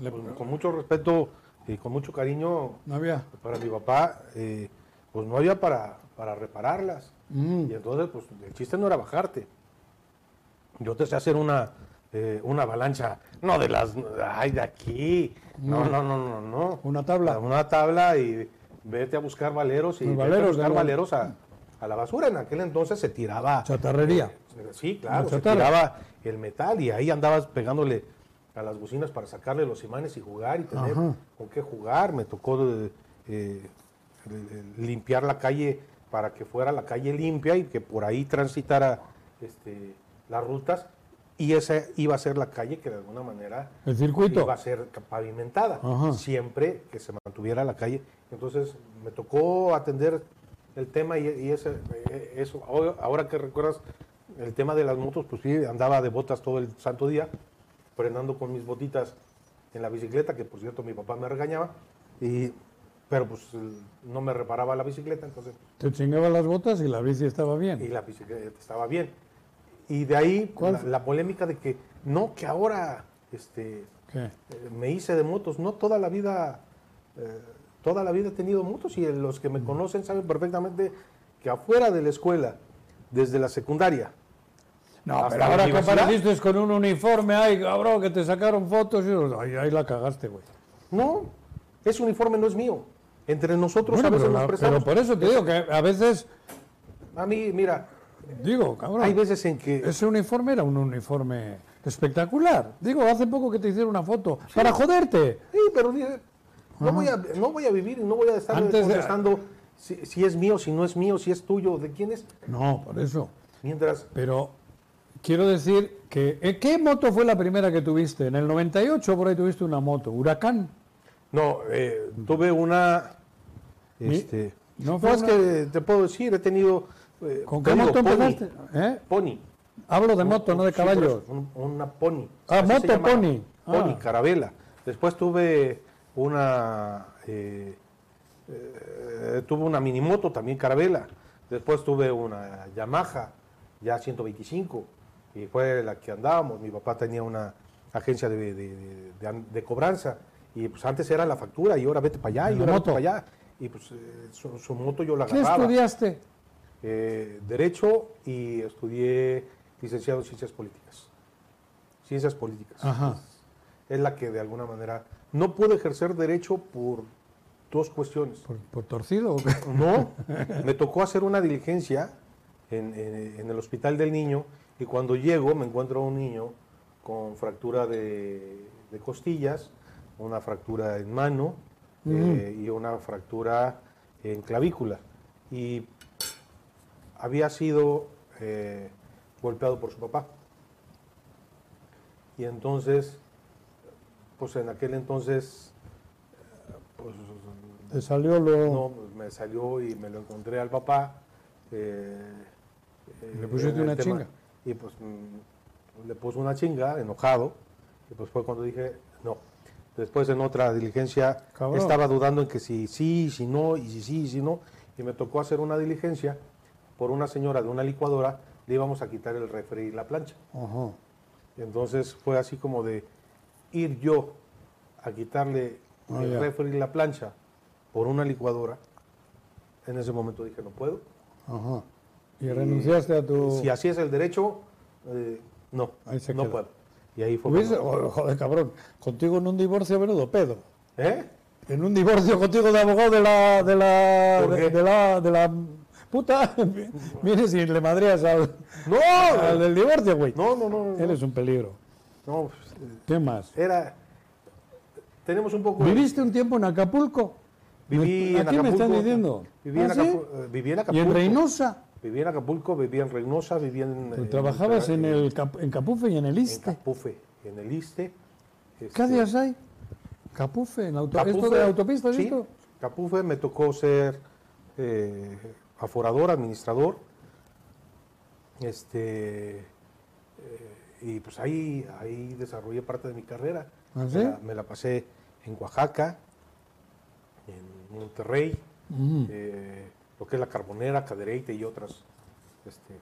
Pues
con, con mucho respeto y con mucho cariño
No había.
para mi papá, eh, pues no había para, para repararlas.
Mm.
Y entonces, pues el chiste no era bajarte. Yo te sé hacer una, eh, una avalancha, no de las, ay, de aquí. No, no, no, no, no.
Mm.
Ah,
Una tabla.
Una tabla y vete a buscar valeros y
Los
vete
valeros,
a buscar
de la-
valeros a, a la basura. En aquel entonces se tiraba. eh,
Chatarrería.
Sí, claro,
La
se
chatarra.
tiraba el metal y ahí andabas pegándole a las bocinas para sacarle los imanes y jugar y tener
Ajá.
con qué jugar. Me tocó eh, eh, limpiar la calle para que fuera la calle limpia y que por ahí transitara este, las rutas. Y esa iba a ser la calle que de alguna manera
El circuito.
iba a ser pavimentada,
Ajá.
siempre que se mantuviera la calle. Entonces me tocó atender el tema y, y ese, eh, eso, ahora- ahora que recuerdas el tema de las motos, pues sí, andaba de botas todo el santo día, frenando con mis botitas en la bicicleta, que por cierto mi papá me regañaba, y, pero pues el- no me reparaba la bicicleta, entonces,
Te chingabas las botas y la bici estaba
y
bien.
la bicicleta estaba bien. Y de ahí
¿Cuál
la,
fue?
la polémica de que no, que ahora este,
¿Qué?
eh, me hice de motos. No toda la vida, eh, toda la vida he tenido motos y los que me conocen saben perfectamente que afuera de la escuela, desde la secundaria,
No,
¿Hasta
pero
la
ahora
universidad?
compartiste con un uniforme, ay, cabrón, que te sacaron fotos y ay, ahí la cagaste, güey.
no, ese uniforme no es mío. Entre nosotros
Bueno,
a veces
pero,
nos
la-
prestamos.
pero por eso te digo que a veces,
A mí, mira,
digo, cabrón,
hay veces en que
ese uniforme era un uniforme espectacular. Digo, hace poco que te hicieron una foto para joderte.
Sí, pero dice, no voy, a, no voy a vivir y no voy a estar
Ah. Antes de-
contestando si, si es mío, si no es mío, si es tuyo, de quién es.
No, por eso.
Mientras,
Pero quiero decir que ¿eh, ¿qué moto fue la primera que tuviste? En el 98 por ahí tuviste una moto, Huracán.
no, eh, tuve una...
Mi-
Este,
no
no,
fue
es
una-
que te puedo decir, he tenido... eh,
¿Con
te
qué
digo,
moto
pony,
empezaste? ¿Eh?
Pony.
Hablo de moto, no de
Sí,
caballos.
por eso, un- una pony.
Ah,
Así se
moto
llamaba.
pony.
Pony,
Ah.
carabela. Después tuve una... eh, eh, tuve una minimoto también carabela. Después tuve una Yamaha, ya 125. Y fue la que andábamos. Mi papá tenía una agencia de, de- de- de- de cobranza. Y pues antes era la factura y ahora vete para allá y
La
ahora
moto.
vete para allá. Y pues eh, su, su moto yo la
¿Qué
agarraba
estudiaste?
eh, Derecho y estudié licenciado en Ciencias Políticas. Ciencias Políticas.
Ajá.
Es la que de alguna manera no pude ejercer derecho por dos cuestiones.
¿Por, por torcido o qué?
No, me tocó hacer una diligencia en, en- en el hospital del niño y cuando llego me encuentro a un niño con fractura de, de costillas, una fractura en mano eh, y una fractura en clavícula. Y había sido eh, golpeado por su papá. Y entonces, pues en aquel entonces, eh, pues
Te salió lo...
no, pues, me salió y me lo encontré al papá. eh, eh,
Le pusiste
en el
una chinga.
Y pues mm, le puso una chinga, enojado. Y pues fue cuando dije, no. Después en otra diligencia
Cabrón.
estaba dudando en que si sí, si no, y si sí, y si no. Y me tocó hacer una diligencia por una señora de una licuadora, le íbamos a quitar el refri y la plancha.
Ajá.
Entonces fue así como de ir yo a quitarle
Ah,
el
ya.
refri y la plancha por una licuadora. En ese momento dije, no puedo.
Ajá. Y renunciaste a tu...
Si así es el derecho, eh, no,
Oh. Ahí se
no
queda.
puedo. Y ahí fue.
Hubiese-
cuando-
oh, joder, cabrón. Contigo en un divorcio, menudo pedo.
¿Eh?
En un divorcio contigo de abogado de la... De la,
¿Por
de,
qué?
de la, de la puta, vienes y le madreas al,
No,
al del divorcio, güey.
no, no, no, no,
Eres un peligro.
no, pues,
¿Qué más?
era, tenemos un poco,
¿Viviste un tiempo en Acapulco?
viví
¿A
en
quién me están
Acapulco,
diciendo?
Viví, en
¿Ah, sí?
Acapu- eh, viví en
¿Y
Acapulco,
en Reynosa?
viví en Acapulco, viví en Reynosa, viví en,
Tú
en-
trabajabas en, el, Cap- en Capufe y en el
en
Iste.
Capufe, en el Iste, este,
¿Qué días hay? Capufe, en auto,
Capufe,
¿esto de autopistas?
sí,
esto?
Capufe me tocó ser eh, aforador, administrador. Este eh, y pues ahí, ahí desarrollé parte de mi carrera.
¿Ah, sí?
me, la, me la pasé en Oaxaca, en Monterrey,
Mm.
eh, lo que es la Carbonera, Cadereyta y otras, este,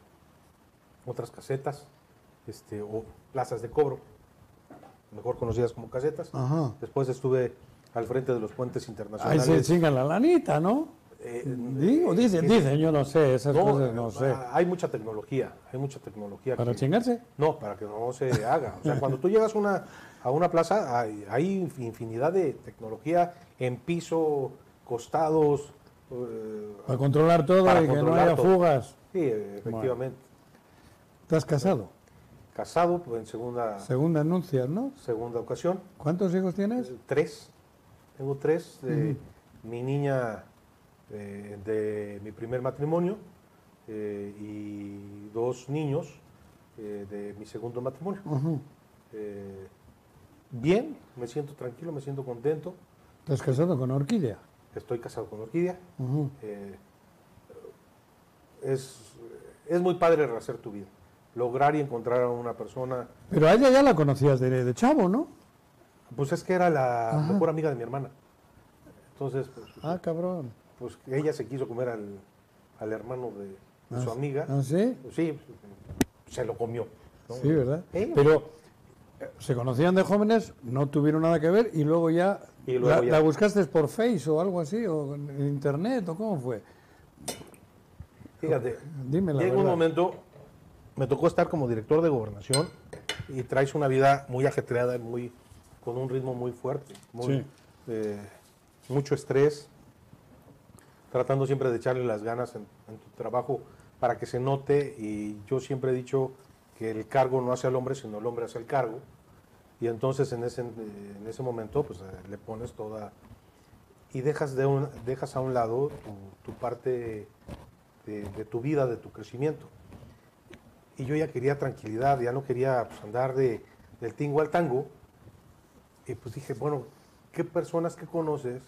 otras casetas, este, o plazas de cobro, mejor conocidas como casetas.
Ajá.
Después estuve al frente de los puentes
Ahí
internacionales.
se chinga la lanita, ¿no?
Eh,
Digo, dicen, dicen, yo no sé, esas
no, eh, ah,
cosas no sé.
Hay mucha tecnología, hay mucha tecnología.
¿Para
que-
chingarse?
No, para que no se haga. O sea, cuando tú llegas una, a una plaza, hay, hay inf- infinidad de tecnología en piso, costados. eh,
Para controlar todo
Para
y que no
controlar
haya
todo.
fugas.
sí, eh, efectivamente.
¿Estás casado?
Casado pues, en segunda,
Segunda anuncia, ¿no?
segunda ocasión.
¿Cuántos hijos tienes?
Eh, Tres. Tengo tres. eh, Mi niña eh, de mi primer matrimonio eh, y dos niños eh, de mi segundo matrimonio.
Ujú.
Eh, bien, me siento tranquilo, me siento contento.
¿Estás casado con Orquídea?
Estoy casado con Orquídea.
Ujú.
Eh, es, es muy padre rehacer tu vida. Lograr y encontrar a una persona.
Pero a ella ya la conocías de, de chavo, ¿no?
Pues es que era la
Ajá.
mejor amiga de mi hermana. Entonces, pues,
Ah, cabrón.
pues ella se quiso comer al, al hermano de, de
Ah,
su amiga.
¿Ah, sí?
Pues sí, se lo comió. ¿no?
Sí, ¿verdad?
Sí.
Pero eh, se conocían de jóvenes, no tuvieron nada que ver y luego ya,
Y luego
la,
ya.
la buscaste por Face o algo así, o en internet, o cómo fue.
Fíjate,
Dime la
llega un
verdad.
momento, me tocó estar como director de gobernación y traes una vida muy ajetreada, y muy, con un ritmo muy fuerte, muy,
Sí.
eh, mucho estrés, tratando siempre de echarle las ganas en, en tu trabajo para que se note y yo siempre he dicho que el cargo no hace al hombre, sino el hombre hace el cargo. Y entonces en ese, en ese momento pues, eh, le pones toda... Y dejas, de un- dejas a un lado tu, tu parte de, de tu vida, de tu crecimiento. Y yo ya quería tranquilidad, ya no quería pues, andar de, del tingo al tango. Y pues dije, bueno, ¿qué personas que conoces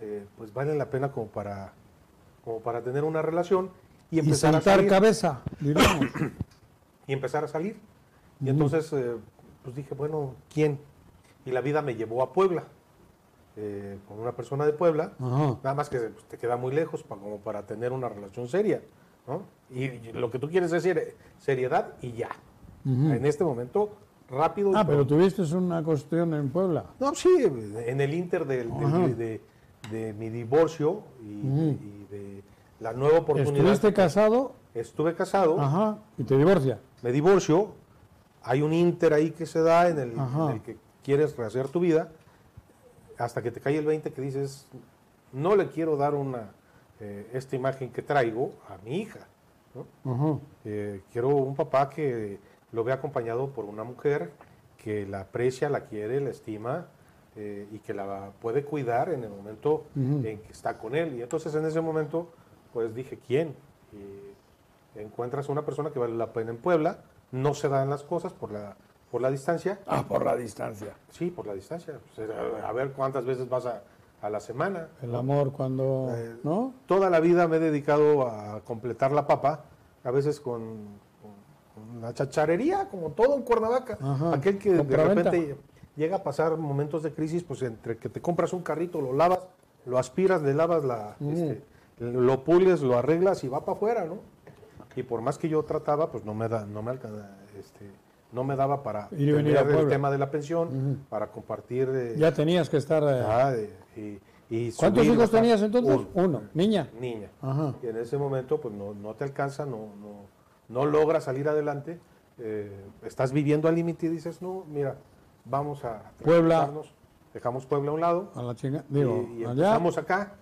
eh, pues valen la pena como para, como para tener una relación y
Y
empezar a
saltar
salir?
cabeza, diríamos.
y empezar a salir.
Ujú.
Y entonces, eh, pues dije, bueno, ¿quién? Y la vida me llevó a Puebla, eh, con una persona de Puebla,
Ajá.
nada más que pues, te queda muy lejos pa- como para tener una relación seria, ¿no? Y, y lo que tú quieres es ser- seriedad y ya.
Ujú.
En este momento, rápido. y
Ah, pero
pronto.
tuviste una cuestión en Puebla.
No, sí, en el inter del- del-
Ajá.
de, de mi divorcio y,
Ujú.
y de la nueva oportunidad.
Estuviste casado,
Estuve casado.
ajá, y te divorcia.
me divorcio, hay un inter ahí que se da en el, en
Ajá.
el que quieres rehacer tu vida, hasta que te cae el 20 que dices, no le quiero dar una, eh, esta imagen que traigo a mi hija. ¿no?
Ajá.
Eh, quiero un papá que lo vea acompañado por una mujer que la aprecia, la quiere, la estima eh, y que la puede cuidar en el momento
Ujú.
en que está con él. Y entonces en ese momento, pues dije, ¿quién? Y encuentras una persona que vale la pena en Puebla, no se dan las cosas por la, por la distancia.
Ah, por la distancia.
Sí, por la distancia. Pues, a a ver cuántas veces vas a, a la semana.
El
¿no?
amor cuando,
Eh,
¿no?
Toda la vida me he dedicado a completar la papa, a veces con, con- con la chacharería, como todo en Cuernavaca.
Ajá,
Aquel que de
compraventa.
repente llega a pasar momentos de crisis, pues entre que te compras un carrito, lo lavas, lo aspiras, le lavas la,
Mm.
este, lo pules, lo arreglas y va para afuera, ¿no? Y por más que yo trataba, pues no me da, no me alcanza, este, no me daba para
Ir y venir a
el
Puebla.
tema de la pensión, para compartir. eh,
Ya tenías que estar. eh,
ah, de- y- y
¿Cuántos
subir,
hijos
bajar.
tenías entonces?
Uno
Uno. Niña.
niña.
Ajá.
Y en ese momento, pues no, no te alcanza, no, no, no logras salir adelante. eh, estás viviendo al límite y dices, no, mira, vamos a
Puebla.
tranquilizarnos, Dejamos Puebla a un lado
A la chinga.
y,
Digo,
y
allá.
empezamos acá.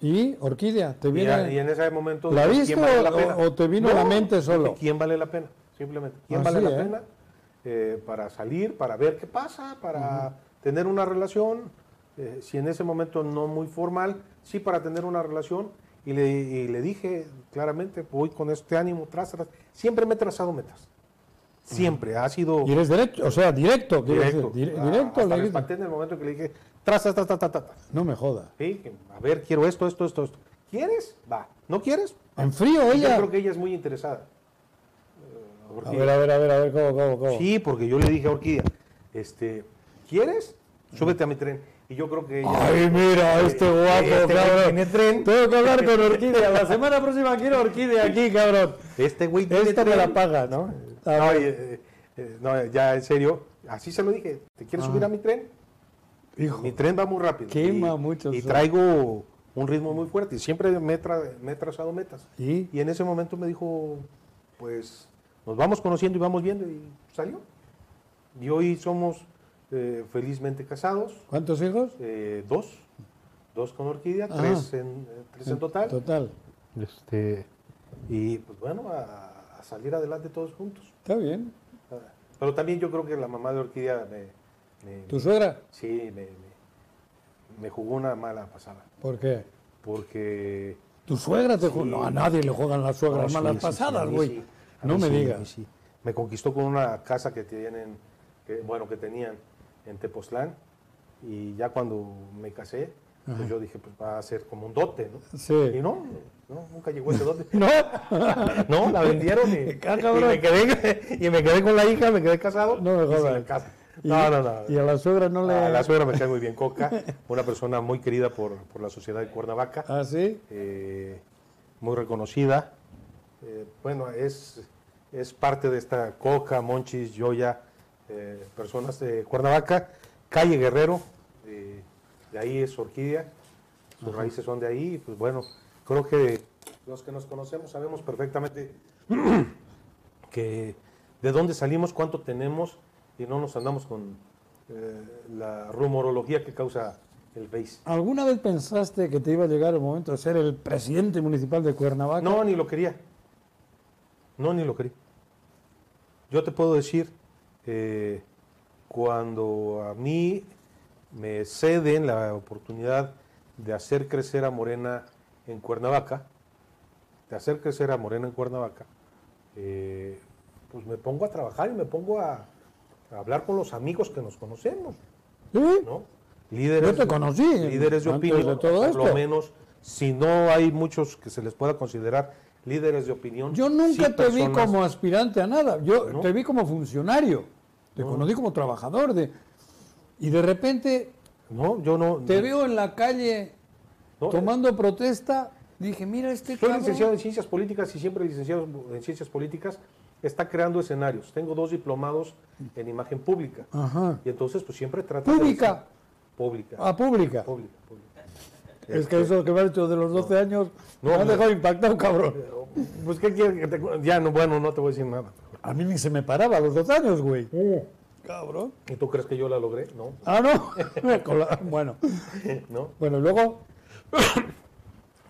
Y Orquídea, te
Y,
viene.
a- y en ese momento. pues,
¿La
¿quién
viste
vale
o-
la pena?
o- o te vino a la mente solo?
¿Quién vale la pena? Simplemente. ¿Quién
Así,
vale la
¿eh?
pena? eh, para salir, para ver qué pasa, para tener una relación, eh, si en ese momento no muy formal, sí para tener una relación. Y le, y le dije claramente, voy con este ánimo, tras, tras. Siempre me he trazado metas. Siempre. Ha sido
Y eres derecho, o sea, directo. quiero
directo.
decir, dire-
Ah,
directo
hasta
le
me
dices.
espanté en el momento que le dije, tras, tras, tras, tras, tras, tras.
No me joda.
Sí, que, a ver, quiero esto, esto, esto, esto. ¿Quieres? Va. ¿No quieres?
En frío
Yo
ella.
creo que ella es muy interesada. Eh,
A
Orquídea.
ver, a ver, a ver, a ver, ¿cómo, cómo, cómo?
Sí, porque yo le dije a Orquídea, este, ¿quieres? Súbete a mi tren. Y yo creo que ella...
Ay, mira, este guapo,
este güey
cabrón.
tiene tren.
Tengo que hablar con Orquídea. La semana próxima quiero Orquídea aquí, cabrón.
Este güey tiene
Esta me
tren.
la paga, ¿no? A
No,
ver,
eh, eh, no, ya, en serio. Así se lo dije. ¿Te
Ah.
quieres subir a mi tren?
hijo.
Mi tren va muy rápido.
Quema
y,
mucho
Y
sol.
traigo un ritmo muy fuerte. Y siempre me he, tra- me he trazado metas.
¿Y?
Y en ese momento me dijo, pues nos vamos conociendo y vamos viendo. Y salió. Y hoy somos eh, felizmente casados.
¿Cuántos hijos?
eh, dos. Dos con orquídea,
Ajá.
tres en, eh, tres en total.
Total.
Este,
Y pues bueno, a, a salir adelante todos juntos.
Está bien.
Ah, Pero también yo creo que la mamá de orquídea me, me-
¿Tu suegra?
sí, me, me- me jugó una mala pasada.
¿Por qué?
Porque
¿Tu suegra te
Sí.
juega? No, a nadie le juegan las
No,
suegras
sí,
malas
Ah, sí, sí, a
pasadas,
mí
güey.
sí. A
No
mí
me
sí, a mí
digas.
sí. Me conquistó con una casa que tienen, que, bueno, que tenían en Tepoztlán. Y ya cuando me casé, pues yo dije, pues va a ser como un dote, ¿no?
Sí.
Y no, no, nunca llegó ese dote.
¿No?
No, la vendieron y,
Ah,
y
cabrón.
me quedé, y me quedé con la hija, me quedé casado.
No me
y sin
jodas.
la casa.
Y-
No, no, no.
Y a la suegra no le...
A la suegra me cae muy bien, Coca, una persona muy querida por, por la sociedad de Cuernavaca
¿Ah, sí?
eh, muy reconocida. Eh, bueno, es, es parte de esta Coca, Monchis, Yoya, eh, personas de Cuernavaca, Calle Guerrero, eh, de ahí es Orquídea, sus raíces son de ahí, y pues bueno, creo que los que nos conocemos sabemos perfectamente que de dónde salimos, cuánto tenemos y no nos andamos con eh, la rumorología que causa el Face.
¿Alguna vez pensaste que te iba a llegar el momento de ser el presidente municipal de Cuernavaca?
No, ni lo quería. No, ni lo quería. Yo te puedo decir, eh, cuando a mí me ceden la oportunidad de hacer crecer a Morena en Cuernavaca, de hacer crecer a Morena en Cuernavaca, eh, pues me pongo a trabajar y me pongo a, a hablar con los amigos que nos conocemos,
¿Sí?
¿no? Líderes,
Yo te conocí,
Líderes de
antes
opinión,
de todo
por lo
esto.
menos, si no hay muchos que se les pueda considerar líderes de opinión.
Yo nunca
sí,
te vi
personas-
como aspirante a nada. Yo
¿No?
te vi como funcionario. Te conocí como trabajador. De... Y de repente
No, yo no.
te
no,
veo en la calle
no, eh,
tomando protesta. Dije, mira este
Soy
cabrón.
licenciado en Ciencias Políticas y siempre licenciado en Ciencias Políticas está creando escenarios. Tengo dos diplomados en imagen pública.
Ajá.
Y entonces, pues siempre trato. de-
Pública. Ah.
Pública.
A pública.
Pública, pública.
Es que eso que me has hecho de los 12 años
No,
me ha
hombre.
dejado impactado, cabrón.
Pero, Pues, ¿qué quieres que te cu- Ya, no, bueno, no te voy a decir nada.
A mí ni se me paraba a los 12 años, güey. Cabrón.
¿Y tú crees que yo la logré? No.
Ah, no. Con la- bueno.
No.
Bueno, luego.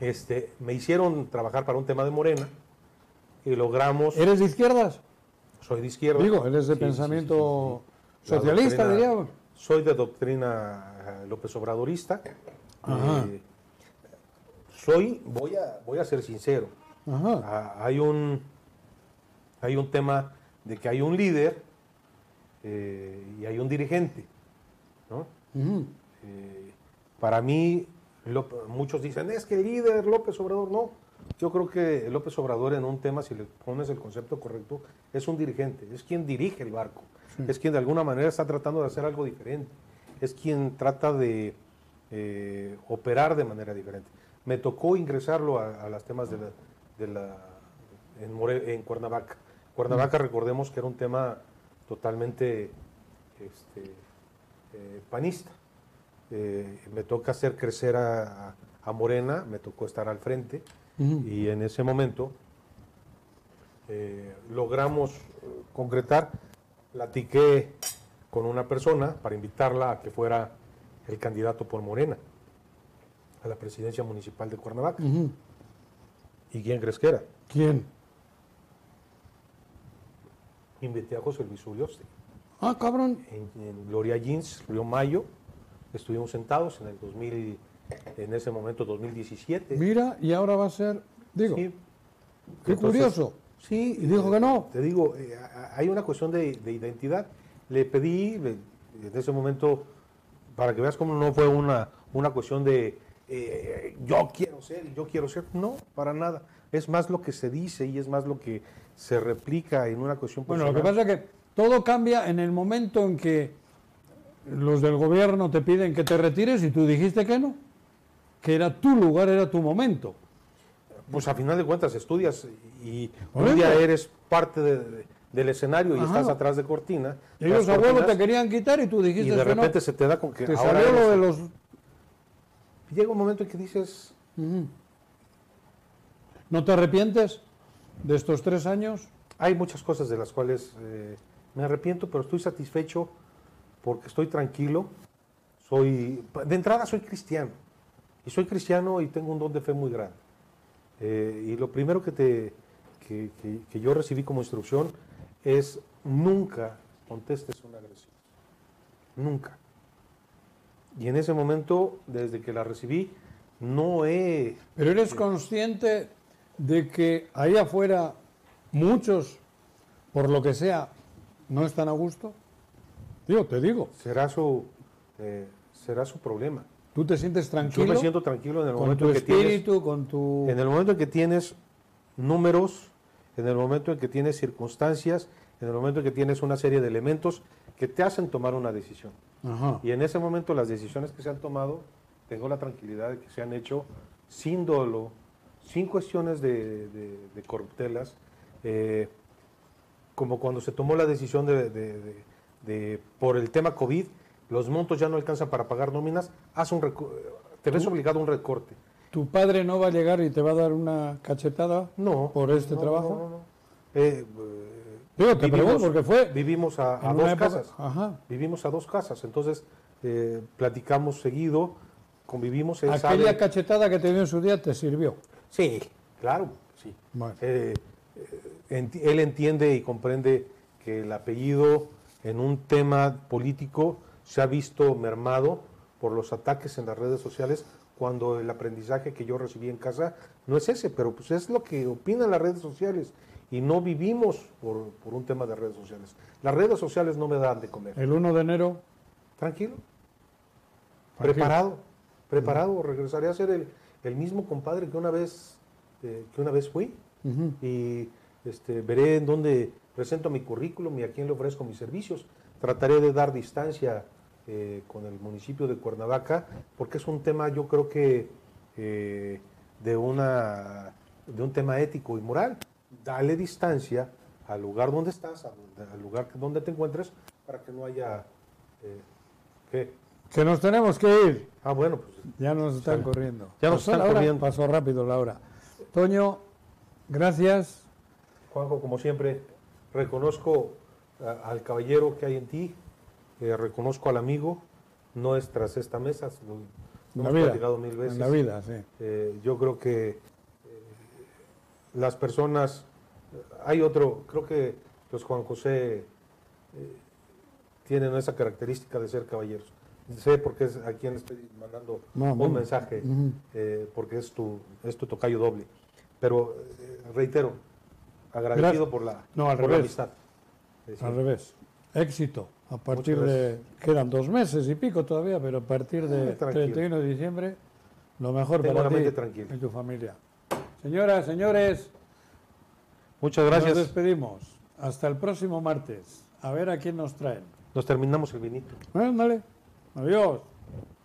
Este, me hicieron trabajar para un tema de Morena y logramos.
¿Eres de izquierdas?
Soy de izquierda.
Digo, eres de
Sí, sí,
pensamiento
sí, sí. La
socialista,
doctrina-
diríamos.
Soy de doctrina eh, López Obradorista.
Ajá.
Eh, soy, voy a, voy a ser sincero.
Ajá.
Ah, hay un hay un tema de que hay un líder eh, y hay un dirigente. ¿no?
Ujú.
Eh, para mí, Lop- muchos dicen, es que el líder López Obrador, no. Yo creo que López Obrador en un tema, si le pones el concepto correcto, es un dirigente, es quien dirige el barco, es quien de alguna manera está tratando de hacer algo diferente, es quien trata de eh, operar de manera diferente. Me tocó ingresarlo a, a los temas de la, de la- en, More- en Cuernavaca. Cuernavaca, recordemos que era un tema totalmente este, eh, panista. Eh, me toca hacer crecer a, a Morena, me tocó estar al frente
Ujú.
y en ese momento eh, logramos eh, concretar, platiqué con una persona para invitarla a que fuera el candidato por Morena. a la presidencia municipal de Cuernavaca.
Ujú.
¿Y quién crees que era?
¿Quién?
Invité a José Luis Urioste.
Ah, cabrón.
En, en Gloria Jeans, Río Mayo, estuvimos sentados en el 2000, en ese momento 2017.
Mira, y ahora va a ser. Digo,
Eh, Sí,
qué
entonces-
curioso.
Sí,
Y dijo
eh,
que no.
Te digo, eh, a- a- hay una cuestión de, de identidad. Le pedí, le- en ese momento, para que veas cómo no fue una, una cuestión de eh, yo quiero ser, yo quiero ser. No, para nada. Es más lo que se dice y es más lo que se replica en una cuestión
Bueno, lo que
personal.
pasa es que todo cambia en el momento en que los del gobierno te piden que te retires y tú dijiste que no, que era tu lugar, era tu momento.
Pues a final de cuentas estudias y
Por
un día
eso.
eres parte de- de- del escenario y
Ajá.
estás atrás de cortina.
Y ellos
las
a huevo
cortinas,
te querían quitar y tú dijiste
y de
que
repente
no.
se te da con que
Te
ahora
salió lo
eres-
de los...
llega un momento en que dices
Ujú. ¿No te arrepientes de estos tres años?
Hay muchas cosas de las cuales eh, me arrepiento, pero estoy satisfecho porque estoy tranquilo. Soy, de entrada soy cristiano. Y soy cristiano y tengo un don de fe muy grande. Eh, y lo primero que, te, que, que- que yo recibí como instrucción es nunca contestes una agresión. Nunca. Y en ese momento, desde que la recibí, no he...
Pero eres consciente de que ahí afuera muchos, por lo que sea, no están a gusto. Digo, te digo,
Será su, eh, será su problema.
tú te sientes
Yo
tranquilo
me siento tranquilo en el
con
momento
tu
en que tienes
espíritu, con tu...
En el momento en que tienes números, en el momento en que tienes circunstancias, en el momento en que tienes una serie de elementos que te hacen tomar una decisión.
Ajá.
Y en ese momento las decisiones que se han tomado, tengo la tranquilidad de que se han hecho sin dolo, sin cuestiones de, de- de corruptelas, eh, como cuando se tomó la decisión de, de- de- de- por el tema COVID, los montos ya no alcanzan para pagar nóminas, haz un recu- te ves obligado a un recorte.
¿Tu padre no va a llegar y te va a dar una cachetada?
No.
¿Por este trabajo?
no, no, no. Eh, eh,
Digo, te
Vivimos-
pregunto porque fue
vivimos a, a
en
dos
una época-
casas.
Ajá.
Vivimos a dos casas. Entonces, eh, platicamos seguido, convivimos. él
Aquella
sabe-
cachetada que te dio en su día te sirvió.
Sí, claro, sí.
Bueno.
Eh, eh, enti- él entiende y comprende que el apellido en un tema político se ha visto mermado por los ataques en las redes sociales cuando el aprendizaje que yo recibí en casa no es ese, pero pues es lo que opinan las redes sociales y no vivimos por, por un tema de redes sociales. Las redes sociales no me dan de comer.
El 1 de enero,
Tranquilo.
Tranquilo.
Preparado. Preparado. Regresaré a ser el, el mismo compadre que una vez, eh, que una vez fui.
ujú,
Y este, veré en dónde presento mi currículum y a quién le ofrezco mis servicios. Trataré de dar distancia eh, con el municipio de Cuernavaca, porque es un tema, yo creo que, eh, de, una, de un tema ético y moral. Dale distancia al lugar donde estás, a donde- al lugar donde te encuentres, para que no haya... eh, ¿qué?
que nos tenemos que ir.
Ah, bueno, pues
Ya nos están corriendo.
Ya nos
Pasó
están
la hora,
corriendo.
Pasó rápido la hora. Toño, gracias.
Juanjo, como siempre, reconozco a- al caballero que hay en ti, eh, reconozco al amigo, no es tras esta mesa, lo, lo
En la
hemos
vida.
platicado mil veces.
En la vida, sí.
Eh, yo creo que eh, las personas, hay otro, creo que los Juan José eh, tienen esa característica de ser caballeros. Sé por qué es a quién le estoy mandando
No,
un
no.
mensaje,
Ujú.
eh, porque es tu, es tu tocayo doble. Pero eh, reitero, agradecido
Gracias.
por la,
No, al
por la
revés.
amistad. Eh, sí.
Al revés. Éxito. A partir
Muchas
de. Quedan dos meses y pico todavía, pero a partir de
Ah, tranquilo.
31 de diciembre, lo mejor
Tengo
para
la mente
ti
tranquila.
y tu familia. Señoras, señores,
Muchas
nos
gracias.
despedimos. Hasta el próximo martes. A ver a quién nos traen.
Nos terminamos el vinito.
Ándale. Adiós.